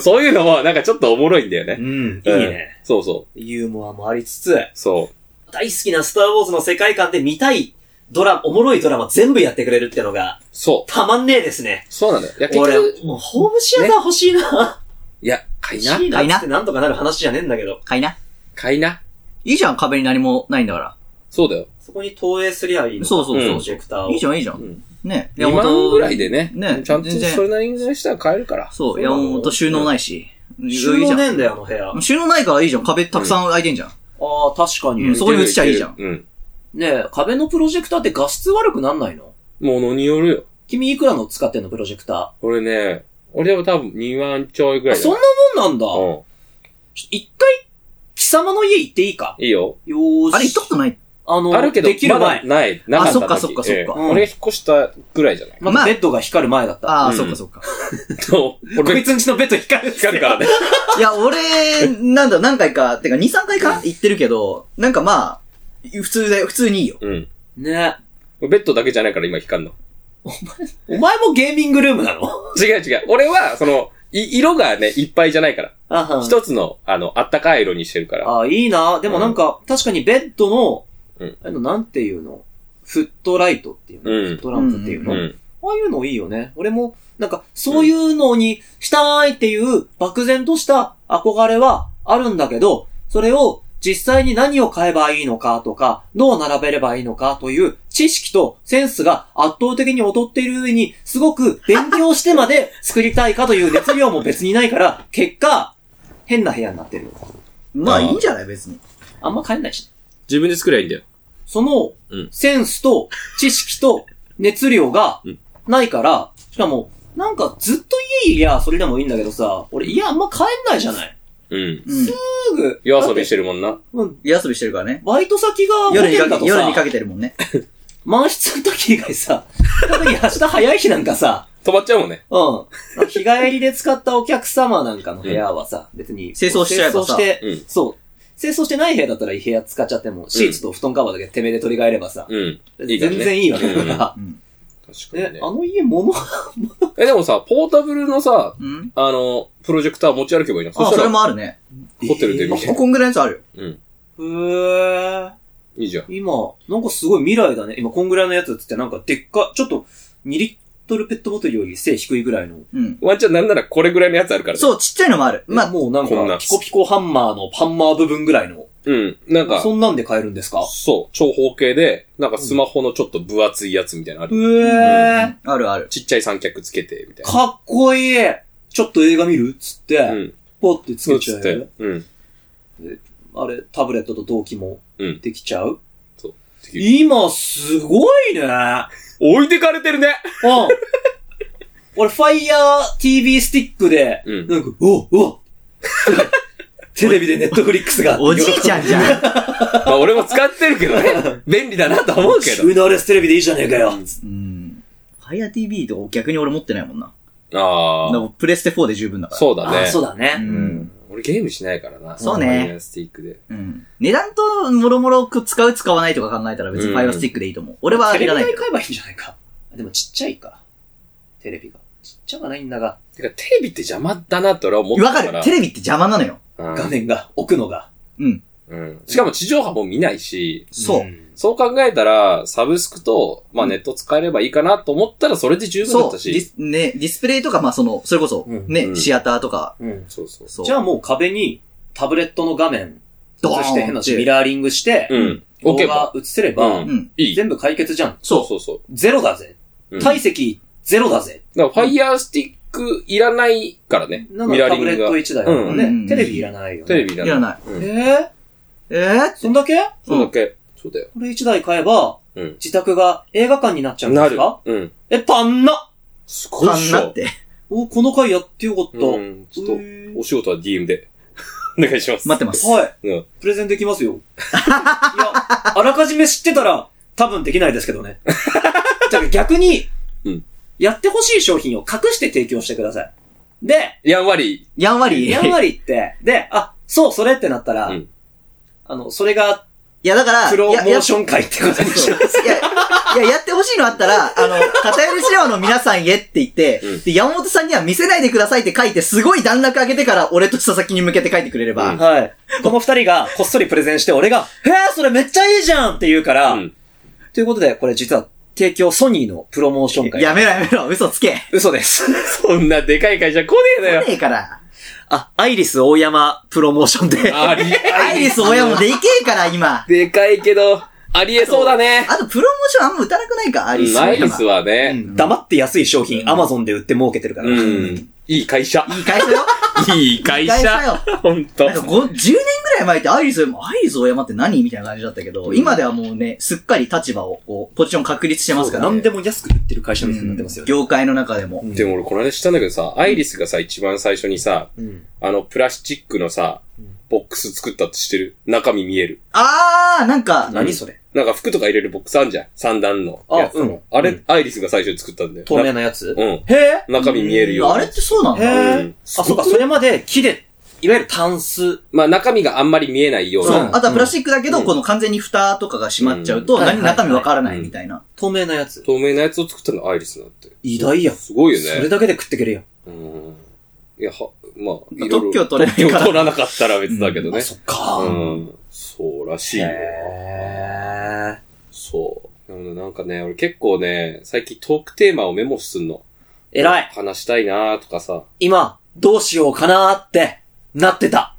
S3: そういうのも、なんかちょっとおもろいんだよ
S1: う
S3: ね。
S1: ん。いいね。
S3: そうそう。
S1: ユーモアもありつつ、
S3: そ
S1: 大好きなスターウォーズの世界観で見たいドラマ、おもろいドラマ全部やってくれるってのが、
S3: う。そう。
S1: たまんねえですね。
S3: そうなんだよ。いや、結
S1: 俺
S3: 局、、
S1: もうホームシアター欲しいな。
S3: いや、買い
S1: 欲
S3: な
S1: し。いな
S2: 買いな
S1: っつってなんとかなる話じゃねえんだけど。
S2: 買いな。
S3: 買いな。
S2: いいじゃん、壁に何もないんだから。
S3: そうだよ。
S1: そこに投影すりゃいいのか。
S2: そうそう
S3: そう
S1: プロジェクターを。
S2: いいじゃん、いいじゃ。
S3: うんん。
S2: ね
S3: 2万ぐらい
S2: で。
S3: でね。
S2: ね
S3: ちゃんと
S2: 全然
S3: それなりにしたら買えるから。
S1: そ
S2: そう、
S1: うな
S2: 山
S1: の
S2: 本収納ないし。
S1: 収
S2: いいじ
S1: 納
S2: ゃん
S1: ねえんだよ、あの部屋。あ
S2: 収納ないからいいじゃん。壁たくさん空いてんじゃん。
S1: あ、確かに
S2: うんそこに映しちゃいいじゃん
S3: けるいける
S1: ねえ、壁のプロジェクターって画質悪くなんないの
S3: うん。ものによるよ。
S1: 君いくらの使ってんの、プロジェクタ
S3: 俺ね、俺は多分2万ちょいぐ
S1: ー。
S3: ら
S1: あ、
S3: いだ
S1: そんなもんなんだ。
S3: うん。
S1: ちょ一回、貴様の家行っていいか
S3: いいよ。
S1: よーし。
S2: あれ行ったことない
S1: あの、
S3: あるけど
S1: でき、る
S3: まだ
S1: 前。
S3: ない。なかった時
S2: あそっかそっかそっか
S3: ええ
S1: うん
S3: 俺が引っ越したぐらいじゃない。
S1: ま
S2: ま
S1: だ
S2: あ
S1: ベッドが光る前だった。
S2: ああ、
S3: うん
S2: そっかそっか。
S3: そう。
S1: こ
S3: 俺
S1: い
S3: が
S1: つんちのベッド光るっつっ
S3: 光
S1: て
S3: るからね。
S2: いや、俺、なんだ、何回か、てか2、3回か行ってるけど、なんかまあ、普通で、普通にいいよ。
S3: うん。
S1: ね
S3: ベッドだけじゃないから今光るの。
S1: え。お前もゲーミングルームなの
S3: 違う違う。俺は、その、い色がね、いっぱいじゃないから。
S1: あはん
S3: 一つの、あの、あったかい色にしてるから。
S1: ああ、いいな。でもなんか、確かにベッドの、
S3: うん
S1: あの、なんていうのフットライトっていうの、
S3: うん
S1: フットランプっていう
S3: う
S1: の、
S3: ん。
S1: ああいうのいいよね。俺も、なんか、そういうのにしたいっていう、漠然とした憧れはあるんだけど、それを実際に何を買えばいいのかとか、どう並べればいいのかという知識とセンスが圧倒的に劣っている上に、すごく勉強してまで 作りたいかという熱量も別にないから、結果、変な部屋になってる。
S2: ま
S3: あ
S2: あ
S3: あ
S2: いいんじゃない別に。
S1: あんま帰んないし。
S3: 自分で作りゃいいんだよ。
S1: その
S3: うん、
S1: センスと知識と熱量が
S3: うん
S1: ないから、しかも、なんかずっと家いりゃそれでもいいんだけどさ、俺家あんま帰んないじゃない
S3: うん。
S2: うん。
S1: すぐ。。
S3: 夜遊びしててるもんな。
S1: うん
S2: 夜遊びしてるからね。
S1: バイト先がホ
S2: 夜に
S1: テ
S2: か
S1: ルだ
S2: け、
S1: と
S2: 夜にか
S1: さ、
S2: けてるもんね。
S1: 満室の時以外さ、特に明日早い日なんかさ、
S3: 止まっちゃうもんね。
S1: うん。日帰りで使ったお客様なんかの部屋はさ、別に。
S2: 清掃しちゃえばさ
S1: 清掃して
S3: うん
S1: そう。清掃してない部屋だったら部屋使っちゃっても、シーツと布団カバーだけてめえで取り替えればさ、
S3: うん。いいからね
S1: 全然いいわけだから。
S2: うん。
S3: 確かに
S1: え
S3: ね、。
S1: あの家物
S3: え、でもさ、ポータブルのさ、
S2: うん
S3: あの、プロジェクター持ち歩けばいいのそ
S2: あ、
S3: し
S2: そ
S3: た
S2: れ
S3: ら、
S2: もあるね。
S3: ホテルで見
S2: あ
S3: て。
S2: こんぐらいのやつあるよ。
S1: へ
S3: うん。
S1: ー。
S3: いいじゃん。
S1: 今、なんかすごい未来だね。今こんぐらいのやつっつってなんかでっか、ちょっと2リットルペットボトルより背低いぐらいの。
S2: うん。
S3: ワンチャンなんならこれぐらいのやつあるからね。
S2: そう、ちっちゃいのもある。まあ、
S1: もうなん
S3: こんな
S1: かピコピコハンマーのハンマー部分ぐらいの。
S3: うん。なんか、
S1: そんなんで買えるんですか
S3: そう、長方形で、なんかスマホのちょっと分厚いやつみたいなのある。
S1: へー。
S2: あるある。
S3: ちっちゃい三脚つけて、みたいな。
S1: かっこいい。ちょっと映画見るっつって、
S3: ん
S1: ポってつ
S3: そう
S1: け
S3: っ
S1: ち
S3: つ
S1: ゃ
S3: っ
S1: うよね
S3: て。うん。
S1: あれ、タブレットと同期も
S3: うん
S1: できちゃう、
S3: そう
S1: 今、すごいね。うん。
S3: 置いてかれてるね
S1: 俺、ファイヤー TV スティックで、
S3: うん
S1: なんか、おおおテレビでネットフリックスが。
S2: おじいちゃんじゃん。
S3: まあ俺も使ってるけどね。便利だなとは思うけど。
S1: ウノレステレビでいいじゃねえかよ。
S2: うん。Fire TV とか逆に俺持ってないもんな。
S3: あ
S2: で
S3: あ。
S2: もプレステ4で十分だから。
S3: そうだ
S1: あ
S3: ね。
S1: そうだ
S2: う
S1: ね。
S2: ん。
S3: 俺ゲームしないからな。
S2: そうね
S3: ファイヤースティックで。
S2: うん。値段ともろもろ使う使わないとか考えたら別に
S3: うん
S2: ファイアスティックでいいと思う。俺はい
S1: テレ
S2: ら
S1: ビ
S2: な
S1: 台
S2: いけど。
S1: 買えばいいんじゃないか。でもちっちゃいか。テレビが。ちっちゃくないんだが、
S3: てか、テレビって邪魔だなって俺は思って
S2: わ
S3: た
S2: か
S3: から。
S2: るテレビって邪魔なのよ。
S3: うん
S1: 画面が、置くのが。
S2: うん。
S3: うん。しかも地上波も見ないし、
S2: そう。
S1: ん
S3: そう考えたら、サブスクと、まあネット使えればいいかなと思ったら、それで十分だっ
S2: そ
S3: た
S2: う。ディ
S3: し。
S2: スね、ディスプレイとか、まあその、それこそ、
S1: うん
S2: ね、
S3: うん
S2: シアターとか、
S1: うん。
S3: そうそう。
S2: そう。
S1: じゃあもう壁にタブレットの画面、
S2: ドー
S1: そ
S2: ン
S1: して変な
S2: っ
S1: 話、
S2: て
S1: ミラーリングして、
S3: うん。
S1: 動
S3: 置け
S1: 画
S3: ば。
S1: 映せれ
S3: う
S1: ば、
S3: ん。
S2: うん。
S3: いい。
S1: 全部解決じゃん。
S3: そうそうそう。
S1: ゼロだぜ。
S3: うん
S1: 体積ゼロだぜ。
S3: だから、ファイヤースティックいらないからね。
S1: なの
S3: ミ
S1: で
S3: ラー
S1: タ
S3: リン
S1: ブレ
S3: グ
S1: ッ
S3: が
S1: ト。1台だもん
S2: うんうんう
S1: ね。
S2: ん
S1: テレビいらないよね。
S3: テレビい
S2: いら
S3: らない。
S2: ない。
S3: う
S1: え
S3: ん。
S1: ー
S2: えー、
S1: そんだけ
S3: それだけ。そうだよ。
S1: これ1台買えば、
S3: うん
S1: 自宅が映画館になっちゃうんで
S3: な
S1: す
S3: る
S1: か。
S3: うん。
S1: え、パンナ
S3: す
S2: こ
S3: ごいっ
S2: ん
S3: し
S2: なっ
S3: ょ。
S2: て。
S1: お、この回やってよかった。
S3: うん。ちょっと
S1: へ、ー
S3: お仕事は DM で。 お願いします。
S2: 待ってます。
S1: はい。
S3: うん。
S1: プレゼンできます よ。いや、あらかじめ知ってたら、多分できないですけど ね。だから逆に、
S3: うん
S1: やってほしい商品を隠して提供してください。で、
S3: やんわり。
S2: やんわり。
S1: やんわりって、で、あ、そう、それってなったら、
S3: うん
S1: あの、それが、
S2: いや、だから、
S1: プロモ
S2: やや
S1: ーション会ってことにします。
S2: いや、いや、やってほしいのあったら、あの、片寄り資料の皆さんへって言って、
S3: うん
S2: で、山本さんには見せないでくださいって書いて、すごい段落上げてから、俺と佐々木に向けて書いてくれれば、
S3: うん
S1: はい。この二人が、こっそりプレゼンして、俺が、へえ、それめっちゃいいじゃんって言うから、
S3: うん。
S1: ということで、これ実は、提供ソニーのプロモーション会。
S2: やめろやめろ、嘘つけ。
S1: 嘘です。
S3: そんなでかい会社来ねえの
S2: 来
S3: よ
S2: ね。えから。
S1: あ、アイリス大山プロモーションで。
S3: あり、
S2: アイリス親もでけえから、今。
S3: でかいけど、ありえそうだね。
S2: あと、プロモーションあんま打たなくないか、アイリス
S3: うん
S2: 親
S3: ア
S2: は。
S3: イリスはね、
S1: 黙って安い商品、アマゾンで売って儲けてるから。
S3: うん。いい会社。
S2: いい会社よ。
S3: いい会
S2: いい会社
S3: 社
S2: よ。
S3: ほんと
S2: なん。かご10年ぐらい前ってアイリス、アイリス大山って何みたいな感じだったけど、今ではもうね、すっかり立場を、こう、ポジション確立してますから、ね。
S1: 何でも安く売ってる会社の人になってますよ
S2: う
S1: ね。
S2: ん業界の中でも。
S3: でも俺この間知ったんだけどさ、アイリスがさ、一番最初にさ、
S1: うん。
S3: あの、プラスチックのさ、ボックス作ったって知ってる中身見える。
S2: あー、なんか、
S1: 何それ
S3: なんか服とか入れるボックスあんじゃん。三段の。
S1: あ
S3: やつ
S1: うん
S3: あ
S1: う
S3: れ、アイリスが最初に作ったんだよ。
S1: 透明なやつ
S3: な。うん。
S1: へえ
S3: 中身見えるように。
S2: あれってそうなん
S1: へ
S2: だ。
S3: う
S1: え
S3: ん。
S1: あ、そうか、それまで木で、いわゆるタンス。
S3: まあ中身があんまり見えないよう
S1: そ
S3: な
S1: う。
S2: あとはプラスチックだけど、
S3: うん
S2: この完全に蓋とかが閉まっちゃうと、
S1: うんはい
S2: 何
S1: はいはい
S2: 中身わからないみたいな。
S1: 透明なやつ。
S3: 透明なやつを作ったのアイリスなんて。
S1: 偉大やん。
S3: すごいよね。
S1: それだけで食ってけるやん。
S3: うん。いや、は、まあ、いろいろ。
S2: 特許取れない
S3: 特許
S2: から。
S3: 取らなかったら別だけど
S1: あ、
S3: ね。
S1: そっか。
S3: うん。そうらしいよ。
S1: へ
S3: そう。なのでなんかね、俺結構ね、最近トークテーマをメモすんの。
S1: え。偉い。
S3: 話したいなーとかさ。
S1: 今、どうしようかなーって、なってた。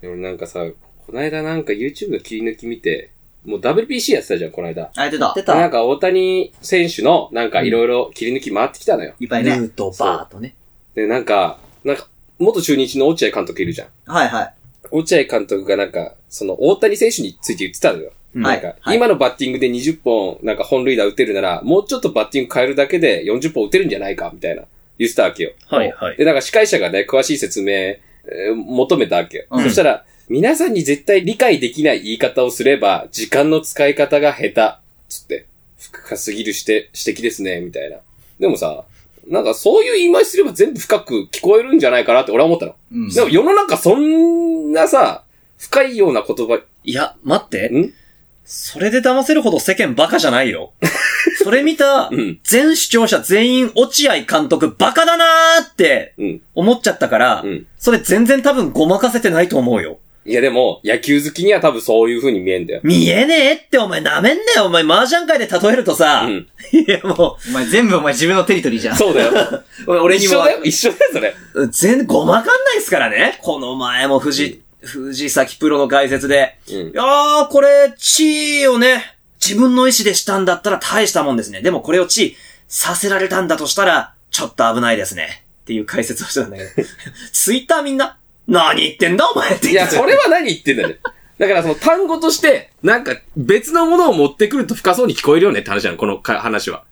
S3: で俺なんかさ、こないだなんか YouTube の切り抜き見て、もう WBC やってたじゃん、こないだ。
S2: あ、やってた
S1: 出。
S3: でな
S1: た。
S3: んか大谷選手のなんかいろいろ切り抜き回ってきたのよ。
S2: いっぱい
S1: ヌ
S2: ね。
S1: ートバーとね。
S3: で、なんか、なんか、元中日の落合監督いるじゃん。
S2: はいはい。
S3: 落合監督がなんか、その大谷選手について言ってたのよ。
S1: うん
S2: は
S3: なん
S2: い
S3: か、今のバッティングで20本、なんか本塁打打てるなら、もうちょっとバッティング変えるだけで40本打てるんじゃないか、みたいな、言ってたわけよ。
S5: はいはい
S3: で、なんか司会者がね、詳しい説明、えー求めたわけよ。
S2: うん
S3: そしたら、皆さんに絶対理解できない言い方をすれば、時間の使い方が下手、つって、深すぎるして、指摘ですね、みたいな。でもさ、なんかそういう言い回しすれば全部深く聞こえるんじゃないかなって俺は思ったの。
S2: うん。
S3: でも世の中そんなさ、深いような言葉、
S5: いや、待って。
S3: ん
S5: それで騙せるほど世間バカじゃない よ。それ見た
S3: うん、
S5: 全視聴者全員落合監督バカだなーって
S3: うん、
S5: 思っちゃったから、
S3: うん。
S5: それ全然多分ごまかせてないと思うよ。
S3: いやでも、野球好きには多分そういう風に見えんだよ。
S5: 見えねえってお前舐めんなよお前麻雀界で例えるとさ、
S3: うん。
S5: いやも
S2: お前全部お前自分のテリトリーじゃん。
S3: そうだよ。
S1: 俺に
S3: 一
S1: も
S3: 緒だよ、一緒だよ、それ。
S5: う、全然ごまかんないっすからね。この前も藤、藤崎プロの解説で、
S3: うん
S5: い。やー、これ、地位をね、自分の意思でしたんだったら大したもんですね。でもこれを地位させられたんだとしたら、ちょっと危ないですね。
S1: っていう解説をしてたん だけど、ツイッターみんな、何言ってんだお前って
S3: い
S1: 言っ
S3: や、
S1: て
S3: それは何言ってんだよね。だからその単語として、なんか別のものを持ってくると深そうに聞こえるよねって話なの、このか話は。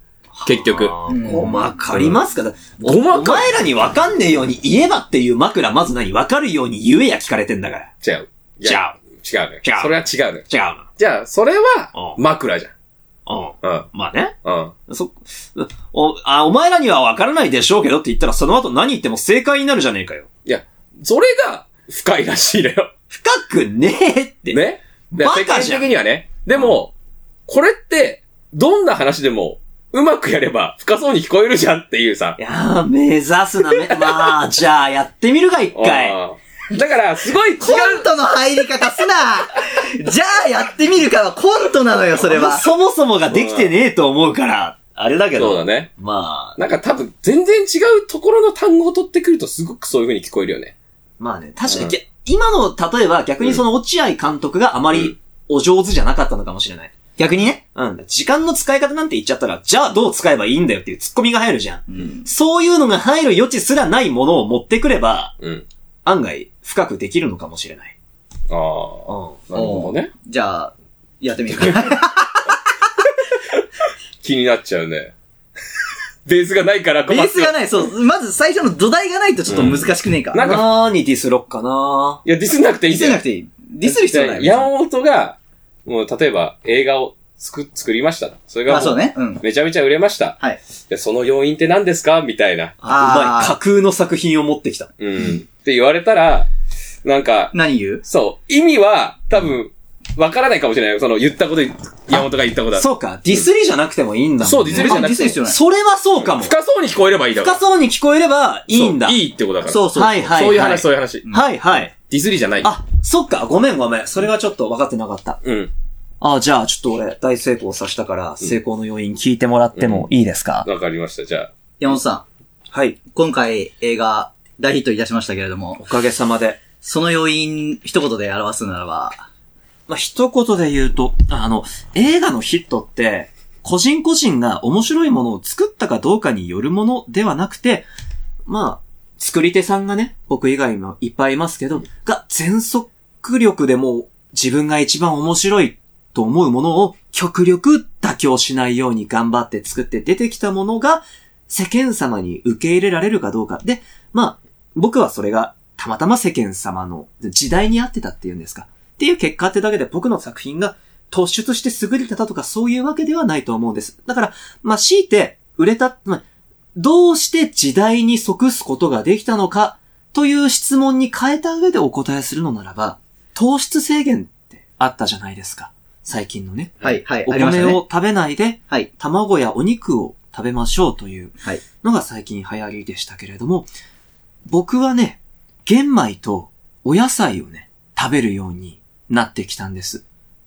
S3: 結局。
S1: あ
S2: うん
S1: ーごまかりますか、
S3: ごまか
S1: お前らにわかんねえように言えばっていう枕、まず何わかるように言えや聞かれてんだから。
S3: 違う。い
S1: 違
S3: や違うね。
S1: 違う
S3: それは違うね。
S1: 違う
S3: じゃあ、それは
S1: う
S3: 枕じゃん。
S1: な。うん。
S3: うん。
S1: まあね。
S3: うん。
S1: そ、お、あ、お前らにはわからないでしょうけどって言ったら、その後何言っても正解になるじゃねえかよ。
S3: いや、それが深いらしいのよ。
S1: 深くねえって。
S3: ねだから
S1: バカじゃん
S3: 世界的にはね。でも、これって、どんな話でも、うまくやれば深そうに聞こえるじゃんっていうさ
S1: い。やー、目指すな、め、まあ、じゃあ、やってみるか、一回。
S3: うんだから、すごい違う。
S2: コントの入り方すなじゃあやってみるかはコントなのよ、それは。
S1: そもそもができてねえと思うから、あれだけど。
S3: そうだね。
S1: まあ、
S3: なんか多分、全然違うところの単語を取ってくると、すごくそういう風に聞こえるよね。
S1: まあね、確かに、
S3: うん
S1: げ今の、例えば逆にその落合監督があまりお上手じゃなかったのかもしれない。
S2: 逆にね。
S1: うん。時間の使い方なんて言っちゃったら、じゃあどう使えばいいんだよっていうツッコミが入るじゃん。
S2: うん。
S1: そういうのが入る余地すらないものを持ってくれば、
S3: うん。
S1: 案外深くできるのかもしれない。
S3: あ
S1: う
S3: あ。
S1: ん。
S3: なるほどね。
S2: じゃあ、やってみるか。
S3: 気になっちゃうね。 ベースがないから困
S2: ベー
S3: って
S2: スがない、そう。まず最初の土台がないとちょっと難しくねえか。
S3: うんなんか
S1: 何ディスろっかない
S3: や、ディスんなくてい
S2: デ
S3: い
S2: ィス
S3: んだ
S2: ら
S3: よ
S2: なくていい。ディスる必要ない。
S3: 山本が、もう例えば映画を作、作りました。それが
S2: ま
S3: も
S2: あそうね。うん。
S3: めちゃめちゃ売れました。
S2: はい。
S3: で、その要因って何ですかみたいな。
S1: あう
S2: あー
S1: まい。架空の作品を持ってきた。
S3: うん。って言われたら、なんか、
S2: 何言う
S3: そう、意味は多分、わからないかもしれないよ。その言ったこと、山本が言ったことは。
S1: そうか。ディスりじゃなくてもいいんだもんね、
S3: そうディスりじゃ
S2: あ
S3: なくて
S2: ディスる必要ない。
S1: それはそうかも。
S3: 深そうに聞こえればいいだろ。
S1: 深そうに聞こえればいいんだ。
S3: そういいってことだから。
S2: そうそう。
S1: はいはい。
S3: そういう話、そういう話。
S1: はいはい。
S3: ディスりじゃない。
S1: あ、そっか。ごめんごめん。それはちょっと分かってなかった。
S3: うん。
S1: あ、じゃあちょっと俺大成功させたから、成功の要因聞いてもらってもいいですか、
S3: わかりました。じゃあ。
S2: 山本さ
S1: はい。
S2: ん、今回映画大ヒットいたしましたけれども
S1: お、かげさまで。
S2: その要因一言で表すならば、
S1: まあ、一言で言うと、あの、映画のヒットって、個人個人が面白いものを作ったかどうかによるものではなくて、まあ、作り手さんがね、僕以外もいっぱいいますけど、が全速力でもう自分が一番面白いと思うものを極力妥協しないように頑張って作って出てきたものが世間様に受け入れられるかどうか。で、まあ、僕はそれがたまたま世間様の時代に合ってたっていうんですか。っていう結果ってだけで僕の作品が突出して優れてたとかそういうわけではないと思うんです。だから、まあ、強いて売れた、まあ、どうして時代に即すことができたのかという質問に変えた上でお答えするのならば、糖質制限ってあったじゃないですか。最近のね。
S2: はい、はい、
S1: お
S2: ありまし
S1: 米
S2: たね。
S1: を食べないで、
S2: はい
S1: 卵やお肉を食べましょうという
S2: はい
S1: のが最近流行りでしたけれども、僕はね、玄米とお野菜をね、食べるようになってきたんです。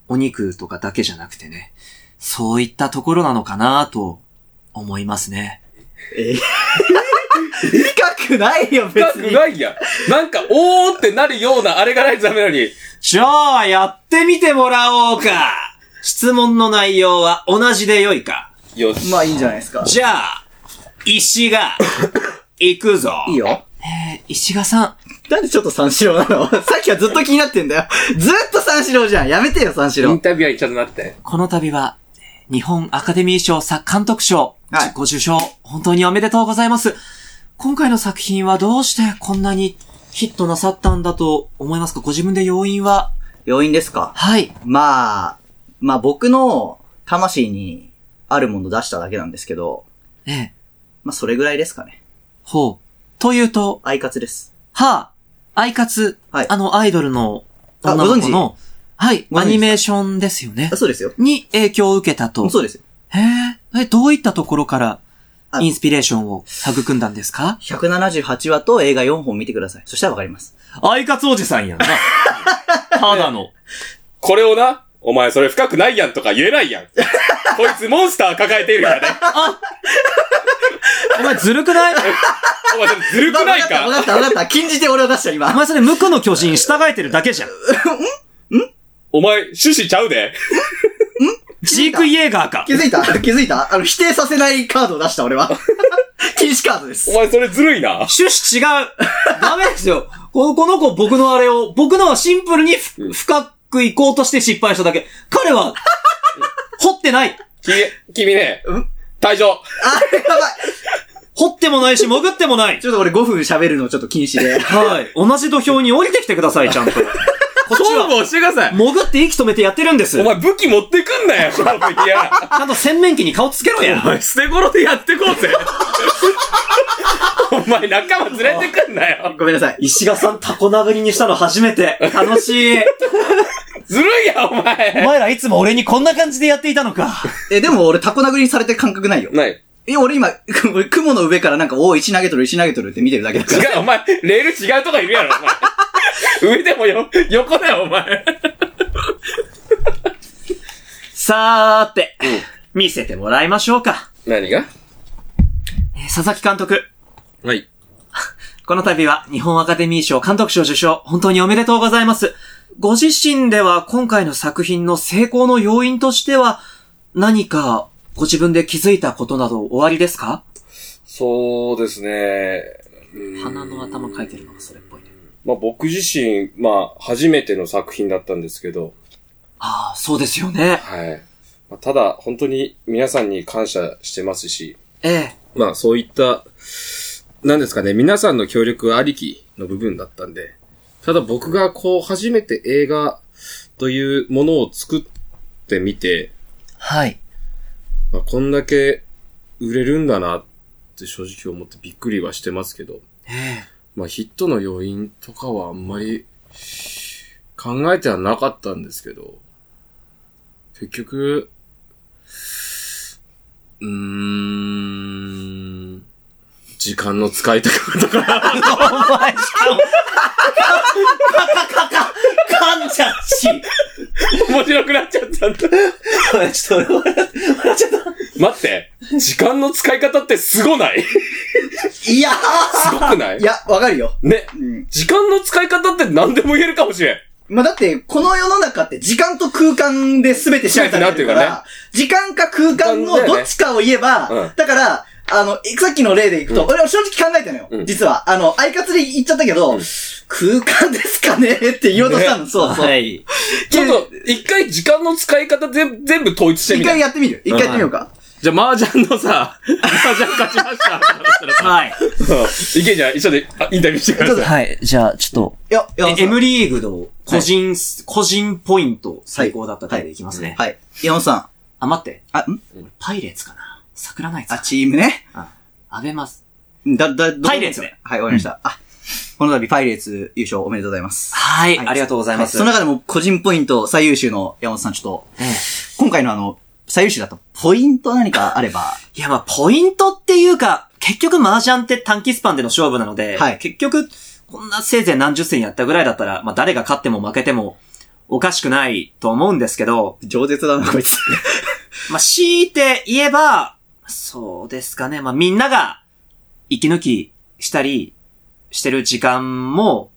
S1: お肉とかだけじゃなくてね、そういったところなのかなと思いますね。
S2: えー深くないよ、別
S3: 深く
S2: に。
S3: ないやん。なんか、おーってなるようなあれがないとダメなのに。
S1: じゃあ、やってみてもらおうか質問の内容は同じでよいか
S3: よし。
S2: まあいいんじゃないですか。
S1: じゃあ、石が、行くぞ
S2: いいよ。
S1: えー石賀さん、
S2: なんでちょっと三四郎なのさっきはずっと気になってんだよ。ずっと三四郎じゃん。やめてよ、三四
S3: イン
S2: 郎。
S3: タビュアーにちゃんとなって。
S1: この度は、えー日本アカデミー賞作監督賞、
S2: はい
S1: ご受賞、本当におめでとうございます。今回の作品はどうしてこんなにヒットなさったんだと思いますかご自分で要因は
S2: 要因ですか
S1: はい。
S2: まあ、まあ僕の魂にあるもの出しただけなんですけど、
S1: ええ、
S2: まあそれぐらいですかね。
S1: ほう。というと、
S2: アイカツです。
S1: はあ、アイカツ、
S2: はい
S1: あのアイドルの
S2: あ
S1: 女の子の、はい、
S2: ご存知ですか
S1: アニメーションですよね
S2: あ。そうですよ。
S1: に影響を受けたと。
S2: そうですよ。
S1: へえ、え、どういったところから、
S2: あ
S1: インスピレーションを育んだんですか
S2: 178話と映画4本見てください。そしたらわかります。
S1: アイカツおじさんやんな。ただの。
S3: これをな、お前それ深くないやんとか言えな いやん。こいつモンスター抱えているからね。
S1: お前ずるくない
S3: お前それずるくないか
S2: わかったわかったわかった。禁じて俺を出した
S1: お
S2: 今。
S1: 前それ無垢の巨人従えてるだけじゃん。
S3: お前、趣旨ちゃうで。
S1: ジーク・イエーガーか
S2: 気。づいた気づいたあの、否定させないカードを出した俺は。 禁止カードで
S3: お
S2: す。
S3: 前それずるいな。
S1: 趣旨違う。ダメですよ。このこの子僕のあれを、僕のはシンプルにふ
S3: うん
S1: 深く行こうとして失敗しただけ。彼は、掘ってない。
S3: 君、君ね
S2: うん、
S3: 退場。
S2: あれやばい。
S1: 掘ってもないし、潜ってもない。
S2: ちょっと俺5分喋るのちょっと禁止で。
S1: はい。同じ土俵に降りてきてください、ちゃんと。こっち
S3: 勝負
S1: は、
S3: をしてください。
S1: 潜って息止めてやってるんです。
S3: お前武器持ってくんなよ、この敵や。
S1: ちゃんと洗面器に顔つけろや。
S3: お前捨て頃でやってこうぜ。お前仲間連れてくんなよ。
S2: ごめんなさい。
S1: 石賀さんタコ殴りにしたの初め て。楽しい。
S3: ずるいや、お
S1: お
S3: 前。
S1: 前らいつも俺にこんな感じでやっていたのか。
S2: え、でも俺タコ殴りにされてる感覚ないよ。
S3: ない。
S2: いや、俺今、俺雲の上からなんか、おー石投げとる、石投げとるって見てるだけだから。
S3: 違う、お前、レール違うとこいるやろ、お前。上でもよ、横だよ、お前。
S1: さーて、見せてもらいましょうか。
S3: 何が
S1: えー佐々木監督、
S3: はい。
S1: この度は日本アカデミー賞監督賞受賞、本当におめでとうございます。ご自身では今回の作品の成功の要因としては、何かご自分で気づいたことなどおありですか
S3: そうですね。うん
S1: 鼻の頭描いてるのがそれっぽいね。
S3: まあ僕自身、まあ初めての作品だったんですけど、
S1: ああ、そうですよね。
S3: はい。まあただ、本当に皆さんに感謝してますし、
S1: ええ。
S3: まあそういった、なんですかね、皆さんの協力ありきの部分だったんで、ただ僕がこう初めて映画というものを作ってみて、
S1: はい。
S3: まあ、こんだけ売れるんだなって正直思ってびっくりはしてますけど、
S1: ええ。
S3: まあヒットの要因とかはあんまり考えてはなかったんですけど、結局、うーん、時間の使い方とか、
S1: お前、しかも、カカカカカ、噛んじゃうし。
S3: 面白くなっちゃったんだ。
S1: お前ちょっと俺笑っ笑っちゃった。
S3: 待って、時間の使い方ってすご ないす
S2: いや
S3: ごくない
S2: ーいや、わかるよ。
S3: ね、
S2: うん。
S3: 時間の使い方って何でも言えるかもしれん。
S2: まあ、だって、この世の中って時間と空間で全て支配されてるか
S3: 全てな
S2: ら、時間か空間のどっちかを言えば、
S3: だよねうん
S2: だから、あの、えさっきの例でいくと、
S3: うん
S2: 俺は正直考えたのよ。
S3: うん
S2: 実は、あの、相方で言っちゃったけど、
S3: うん
S2: 空間ですかねって言おうとしたの。そう そう。
S1: い。
S3: ちょっと、一回時間の使い方全全部統一して
S2: 一
S3: みて
S2: 回。やってみる。一回やってみようか。
S3: じゃあ、麻雀のさ、麻雀勝ちました。
S1: はい。
S3: うんいけんじゃん一緒で、あインタビューしてください。
S1: はい。じゃあ、ちょっと。
S2: いや、いや、
S1: え M リーグの個人、個人ポイント最高だった回でいきますね。
S2: はい。山本さん。
S1: あ、待って。
S2: あ、ん
S1: 俺パイレーツかな。桜ナイツ
S2: あ、
S1: か。
S2: チームね。
S1: あげます。
S2: だ、だ、どう
S1: パイレーツね。
S2: はい、わかりました。あ、この度パイレーツ優勝おめでとうございます。
S1: はい。
S2: はい
S1: ありがとうございます。
S2: その中でも個人ポイント最優秀の山本さん、ちょっと、
S1: ええ
S2: 今回のあの、最優秀だと、ポイント何かあれば、
S1: いや、まあ、ポイントっていうか、結局麻雀って短期スパンでの勝負なので、
S2: はい
S1: 結局、こんなせいぜい何十戦やったぐらいだったら、まあ、誰が勝っても負けても、おかしくないと思うんですけど、
S2: 饒舌だな、こいつ。
S1: まあ、強いて言えば、そうですかね。まあ、みんなが、息抜きしたり、してる時間も、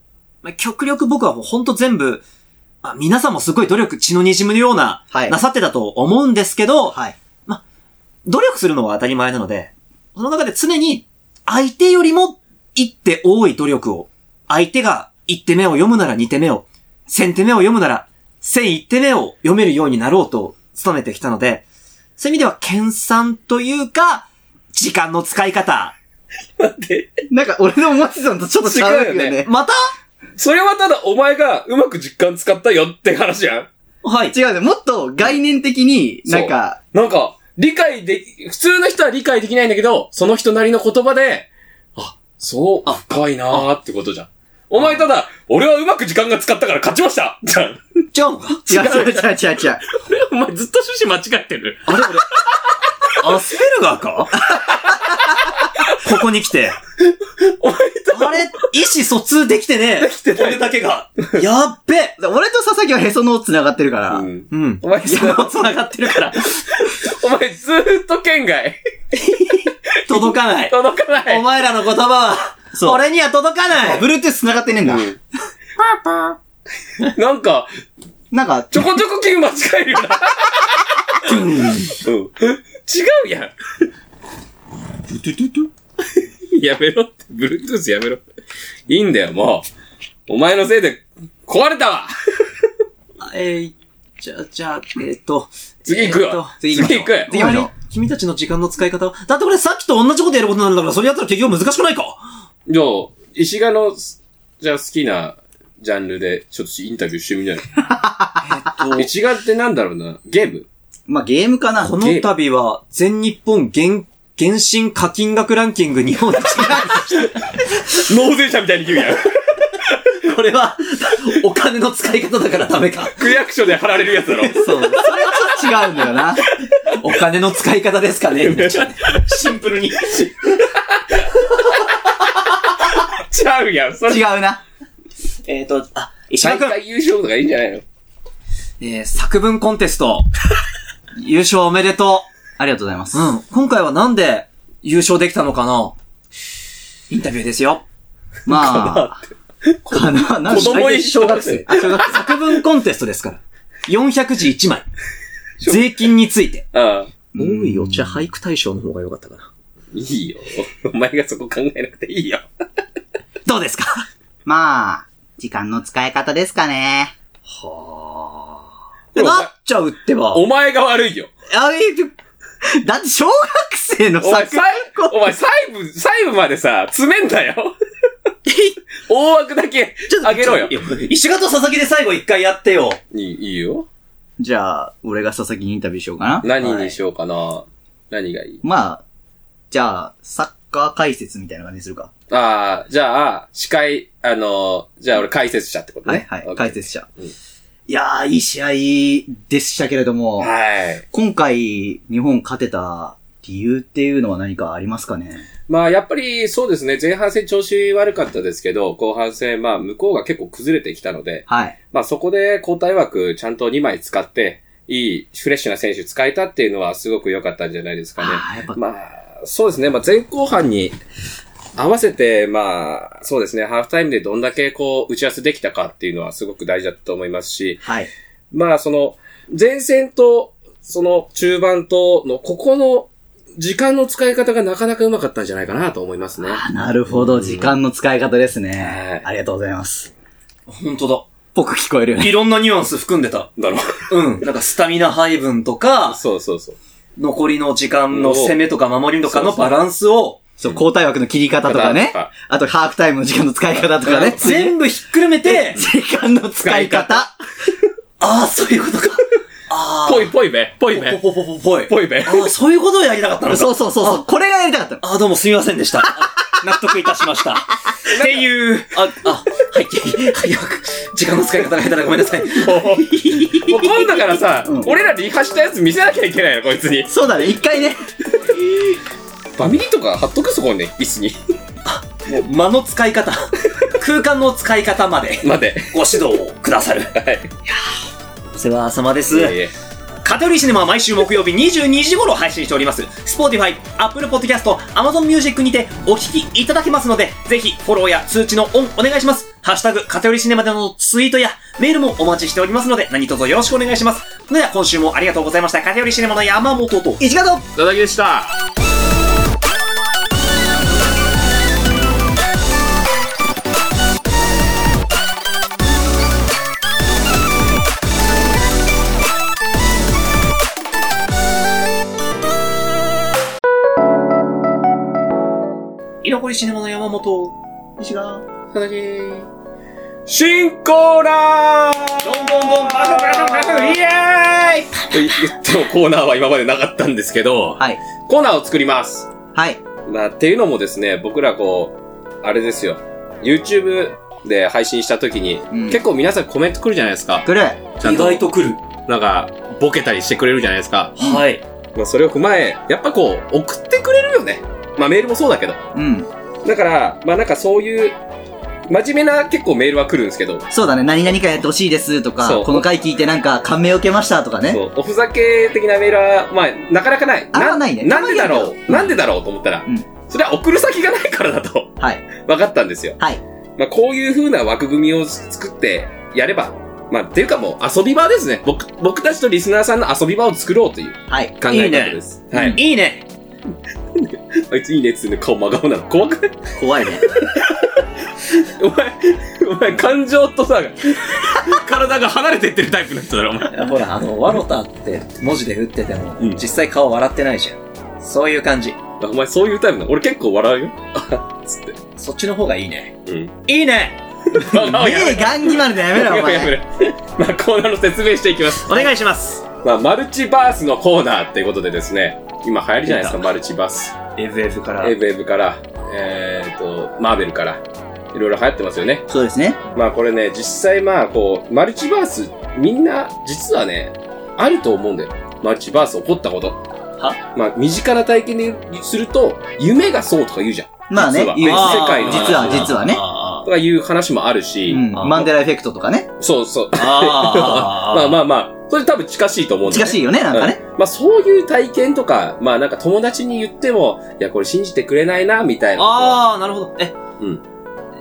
S1: まあ、極力僕はもうほんと全部、まあ、皆さんもすごい努力、血の滲むような、
S2: はい
S1: なさってたと思うんですけど、
S2: はい。
S1: 努力するのは当たり前なので、その中で常に相手よりも一手多い努力を、相手が一手目を読むなら二手目を、千手目を読むなら千一手目を読めるようになろうと努めてきたので、そういう意味では研鑽というか、時間の使い方。
S2: なんか、俺の思ってたのとちょっと違うよ
S3: 違うよ
S2: ね。
S1: また
S3: それはただお前がうまく実感使ったよって話やん。
S1: はい。
S2: 違うね。もっと概念的に、なんか、
S3: なんか、理解で、普通の人は理解できないんだけど、その人なりの言葉で、あ、そう、深いなーってことじゃん。お前ただ、俺はうまく時間が使ったから勝ちましたじゃん。
S1: じゃあ、
S2: 違う違う違う違う違う。
S3: お前ずっと趣旨間違ってる。
S1: あれ俺、アスペルガーかここに来て。
S3: お前
S1: あれ、意思疎通できてね。できて俺だけが。やっべ
S2: 俺と佐々木はへその緒繋がってるから、
S3: た、
S1: うん。
S3: お前
S1: いや、もう繋がってるから、
S3: お前ずーっと圏外。
S1: 届かない。
S3: 届かない。
S1: お前らの言葉は、
S2: そう
S1: 俺には届かない。
S2: ブルートゥース繋がってねえんだ。
S3: なんか、
S2: なんか、
S3: ちょこちょこ金間違えるよな。うん違うやん。やめろって、Bluetooth やめろ。いいんだよ、もう。お前のせいで壊れたわ
S1: えー、じゃあ、じゃあ、えーっと。
S3: 次行くよ
S1: えーっと
S3: 次行くよ
S1: 終わり君たちの時間の使い方は、だってこれさっきと同じことやることなんだから、それやったら結局難しくないか
S3: じゃあ、石賀の、じゃあ好きなジャンルで、ちょっとインタビューしてみない石賀ってなんだろうなゲーム
S2: まあ、ゲームかな。
S1: この度は、全日本原、原神課金額ランキング日本一。
S3: 納税者みたいに言うやん。
S1: これは、お金の使い方だからダメか。
S3: 区役所で貼られるやつだろ。
S2: そう。それはちょっと違うんだよ な。
S1: お金の使い方ですかね。
S5: シンプルに。
S3: ちゃうやん。それ、
S2: 違うな。
S5: えっと、あ、石川
S3: 大
S5: くん。
S3: 会優勝とかいいんじゃないの
S1: えー、作文コンテスト。優勝おめでと
S2: ありがとうございます。
S1: う。うん。今回はなんで優勝できたのかなインタビューですよ。
S2: まあ、かな、なん
S3: 子供い
S2: 小学生。あ、小学生。
S1: 作文コンテストですから。400字1枚。税金について。
S3: ああ。
S2: 多いよ
S5: じゃあ俳句大賞の方が良かったかな。
S3: いいよ。 お前がそこ考えなくていいよ。
S1: どうですか
S2: まあ、時間の使い方ですかね。
S3: でも
S1: なっちゃうってば。
S3: お前が悪いよ。
S2: あれ、だって小学生の
S3: お前、
S2: 作
S3: 細お前細部、細部までさ、詰めんだ よ。大枠だけ、あげろよ。
S5: 石川と佐々木で最後一回やってよ。
S3: いい、いいよ。
S2: じゃあ、俺が佐々木にインタビューしようかな。
S3: 何にしようかな。何がいい
S2: まあ、じゃあ、サッカー解説みたいな感じにするか。
S3: ああ、じゃあ、司会、あのー、じゃあ俺解説者ってこと
S2: はい
S3: ね。
S2: はい。
S3: OK
S2: 解。説者。
S3: うん
S2: いやー、いい試合でしたけれども、
S3: はい。
S2: 今回、日本勝てた理由っていうのは何かありますかね
S3: まあ、やっぱりそうですね、前半戦調子悪かったですけど、後半戦、まあ、向こうが結構崩れてきたので、
S2: はい。
S3: まあ、そこで交代枠ちゃんと2枚使って、いいフレッシュな選手使えたっていうのはすごく良かったんじゃないですかね。
S2: あーやっぱ
S3: まあ、そうですね。まあ、前後半に合わせて、まあ、そうですね。ハーフタイムでどんだけこう、打ち合わせできたかっていうのはすごく大事だと思いますし、
S2: はい。
S3: まあ、その、前線と、その中盤との、ここの時間の使い方がなかなかうまかったんじゃないかなと思いますね。
S2: あなるほど、時間の使い方です
S3: は
S2: ね
S3: い。
S2: ありがとうございます。
S5: ほんとだ。
S2: 僕聞こえる よね。
S5: いろんなニュアンス含んでた。
S3: だろ
S5: うん。なんかスタミナ配分とか、
S3: そうそうそう。
S5: 残りの時間の攻めとか守りとかのバランスを、
S2: そう、交代枠の切り方とかね
S3: とか。
S2: あと、ハーフタイムの時間の使い方とかね。
S5: 全部ひっくるめ て、
S2: 時間の使い方。
S5: ああ、そういうことか。ああ。
S3: ぽいぽいべ、ぽいべ、
S5: ぽぽぽぽぽい。
S3: ぽいべ。
S5: ああ、そういうことをやりたかったのか。
S2: そうそうそうそう。これがやりたかったの。
S5: ああ、どうもすみませんで した。納得いたしました。っていう、あ、あ、はい、早く、時間の使い方が下手だごめんなさい。
S3: もう今度からさ、俺らリハしたやつ見せなきゃいけないの、こいつに。
S2: そうだね、一回ね。
S3: バミリとか貼っとくそこに、椅子に。
S5: もう間の使い方、空間の使い方まで、
S3: 待て。
S5: ご指導をくださる。
S3: はい。
S5: お世話様です。
S3: いえいえ
S5: カテゴリーシネマは毎週木曜日22時頃配信しております。Spotify、Apple Podcast、Amazon Music にてお聞きいただけますので、ぜひフォローや通知のオンお願いします。ハッシュタグ、カテゴリーシネマでのツイートやメールもお待ちしておりますので、何卒よろしくお願いします。それでは今週もありがとうございました。カテゴリーシネマの山本と、
S2: 一画と
S3: いただきでした。
S5: 居残りシネマの山本、
S2: 石川。
S3: いただき新コーナー
S5: どんどんどんバクバクバクイ
S3: エーイ言ってもコーナーは今までなかったんですけど、
S2: はい。
S3: コーナーを作ります。
S2: はい。
S3: まあ、っていうのもですね、僕らこう、あれですよ、YouTube で配信した時に、
S2: ん
S3: 結構皆さんコメント来るじゃないですか。
S2: 来る。
S3: ちゃん
S5: 意
S3: と
S5: 外、と来る。
S3: なんか、ボケたりしてくれるじゃないですか。
S5: はい。
S3: まあ、それを踏まえ、やっぱこう、送ってくれるよね。まあ、メールもそうだけど。
S2: うん。
S3: だから、まあなんかそういう、真面目な結構メールは来るんですけど、
S2: そうだね、何々かやってほしいですと
S3: そ
S2: か、
S3: う
S2: この回聞いてなんか感銘を受けましたとかね。
S3: そうおふざけ的なメールは、まあ、なかなかない。
S2: あんまないね
S3: なんで
S2: た
S3: だろ
S2: まにあるけ
S3: う
S2: ど
S3: なんでだろうと思ったら、
S2: うん
S3: それは送る先がないからだと
S2: はい。
S3: 分かったんですよ。
S2: はい。
S3: まあ、こういう風な枠組みを作ってやれば、まあ、っていうかもう遊び場ですね。僕、僕たちとリスナーさんの遊び場を作ろうという
S2: はい。
S3: 考え方です。はい。
S5: いいね。
S3: あいついいねっつってんのに顔真顔なの。怖くない
S2: 怖いね。
S3: お前、お 前、感情 とさ、体が離れてってるタイプの人だろ、お前。
S6: ほら、あの、ワロタって文字で打ってても、
S3: うん
S6: 実際顔笑ってないじゃん。そういう感じ。
S3: あお前そういうタイプなの。俺結構笑うよ。あつって。
S6: そっちの方がいいね。
S3: うん。
S6: いいね
S3: 真顔やめ
S2: 目ガンギマルでやめろ、お
S3: ろ。やめ
S2: 前。
S3: ろやめろ。 まあ、コーナーの説明していきます。
S1: お願いします。
S3: まあ、マルチバースのコーナーっていうことでですね、今流行りじゃないですか、マルチバース。
S1: FF から。
S3: エブエブから、えーっと、マーベルから、いろいろ流行ってますよね。
S2: そうですね。
S3: まあこれね、実際まあこう、マルチバース、みんな、実はね、あると思うんだよ。マルチバース起こったこと。はまあ、身近な体験ですると、夢がそうとか言うじゃん。
S2: まあね、
S3: 実
S2: 唯一
S3: は
S2: 世界
S3: 世界の
S2: の
S3: 話
S2: 実は、実はね。
S1: あ
S3: とかいう話もあるし、
S2: うん。マンデラエフェクトとかね。
S3: そうそう。
S1: ーあー。
S3: まあまあまあ、それ多分近しいと思うんだよ、
S2: 近
S3: ね。
S2: しいよね、なんかね。
S3: まあそういう体験とか、まあなんか友達に言っても、いやこれ信じてくれないな、みたいなことを。
S1: あー、なるほど。え、
S3: うん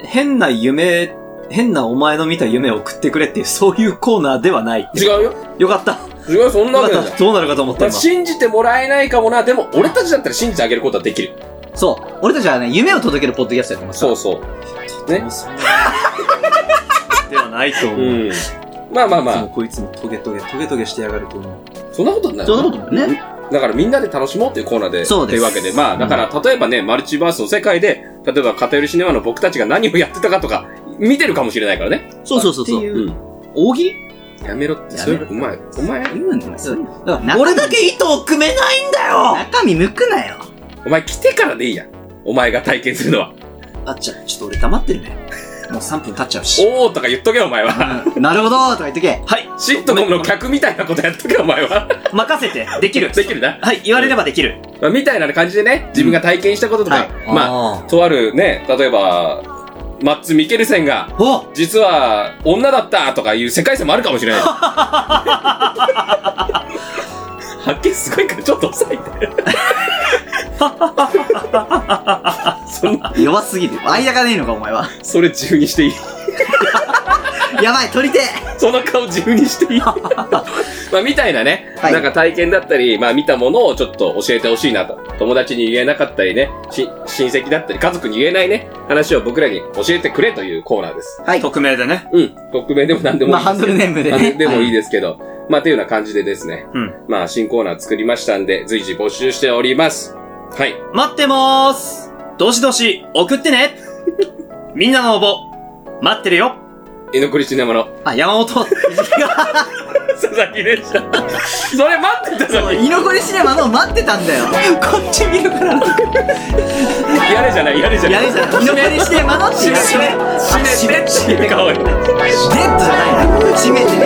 S1: 変な夢、変なお前の見た夢を送ってくれっていう、そういうコーナーではない。
S3: 違うよ。
S1: よかった。
S3: 違うよ、そんなわ
S1: よ
S3: けな
S1: か
S3: い
S1: っ
S3: じ
S1: た。
S3: ゃん。
S1: どうなるかと思った
S3: まあ
S1: 今。
S3: 信じてもらえないかもな、でも俺たちだったら信じてあげることはできる。
S2: そう。俺たちはね、夢を届けるポッドキャストやってますか
S3: そ
S2: ら。
S3: うそう。ね
S1: もうそんな ではないと思う。
S3: うん。まあまあま
S1: いつも
S3: あ、
S1: こいつもトゲトゲ、トゲトゲしてやがると思う。
S3: そんなことない。
S2: そんなことないね
S3: うん。だからみんなで楽しもうというコーナーで。
S2: そうです
S3: というわけで。まあ、だから例えばね、マルチバースの世界で、例えば偏りシネマの僕たちが何をやってたかとか、見てるかもしれないからね。
S2: そうそうそうそう。
S3: う。
S2: うん大喜利
S3: やめろって、
S2: や
S3: そ
S2: め
S3: れ、
S2: ろ
S3: お前、お前、
S2: だから
S1: 俺だけ糸を組めないんだよ
S2: 中身むくなよ。
S3: お前来てからでいいやん。お前が体験するのは。
S1: あっちゃん、ちょっと俺黙ってるね。 もう3分経っちゃうし。
S3: おーとか言っとけ、お前は。
S2: うんなるほどとか言ってけ。
S1: はい、
S3: シットコムの客みたいなことやっとけ、お前は。
S1: 任せて、できる。
S3: できるな。
S1: はい、言われればできる。
S3: まあ、みたいな感じでね、自分が体験したこととか、
S2: は
S3: まあ、とあるね、例えば、マッツ・ミケルセンが、
S1: お
S3: 実は女だったとかいう世界線もあるかもし れない。発見すごいからちょっと抑えて。そんな、
S2: 弱すぎる。間がねえのか、お前は。
S3: それ自由にしていい。
S2: やばい、取りて
S3: その顔自由にしてい い。まあ、みたいなね、
S2: はい
S3: なんか体験だったり、まあ見たものをちょっと教えてほしいなと。友達に言えなかったりね、し親戚だったり家族に言えないね、話を僕らに教えてくれというコーナーです。
S2: はい。
S1: 匿名でね。
S3: うん。匿名でも何でもいい
S2: ま
S3: で
S2: あ、
S3: す
S2: ハンドルネームで
S3: まあ
S2: ね。
S3: でもいい
S2: で。
S3: ですけど、まあ、というような感じでですね。
S1: うん
S3: まあ、新コーナー作りましたんで、随時募集しております。はい。
S1: 待ってまーすどしどし送ってね みんなの応募、待ってるよ
S3: 居残りシネマの
S1: あ、山本
S3: 佐々木でした。それ待ってたのに。
S2: 居残りシネマの待ってたんだよ。
S1: こっち見るから
S3: やれじゃない、やれじゃない。
S2: やるじゃん。居残りシネマのって言う
S1: 閉め
S2: よね
S1: 閉め閉め閉めっていう顔
S3: かわいい。
S2: デッドじゃないんだ。閉めて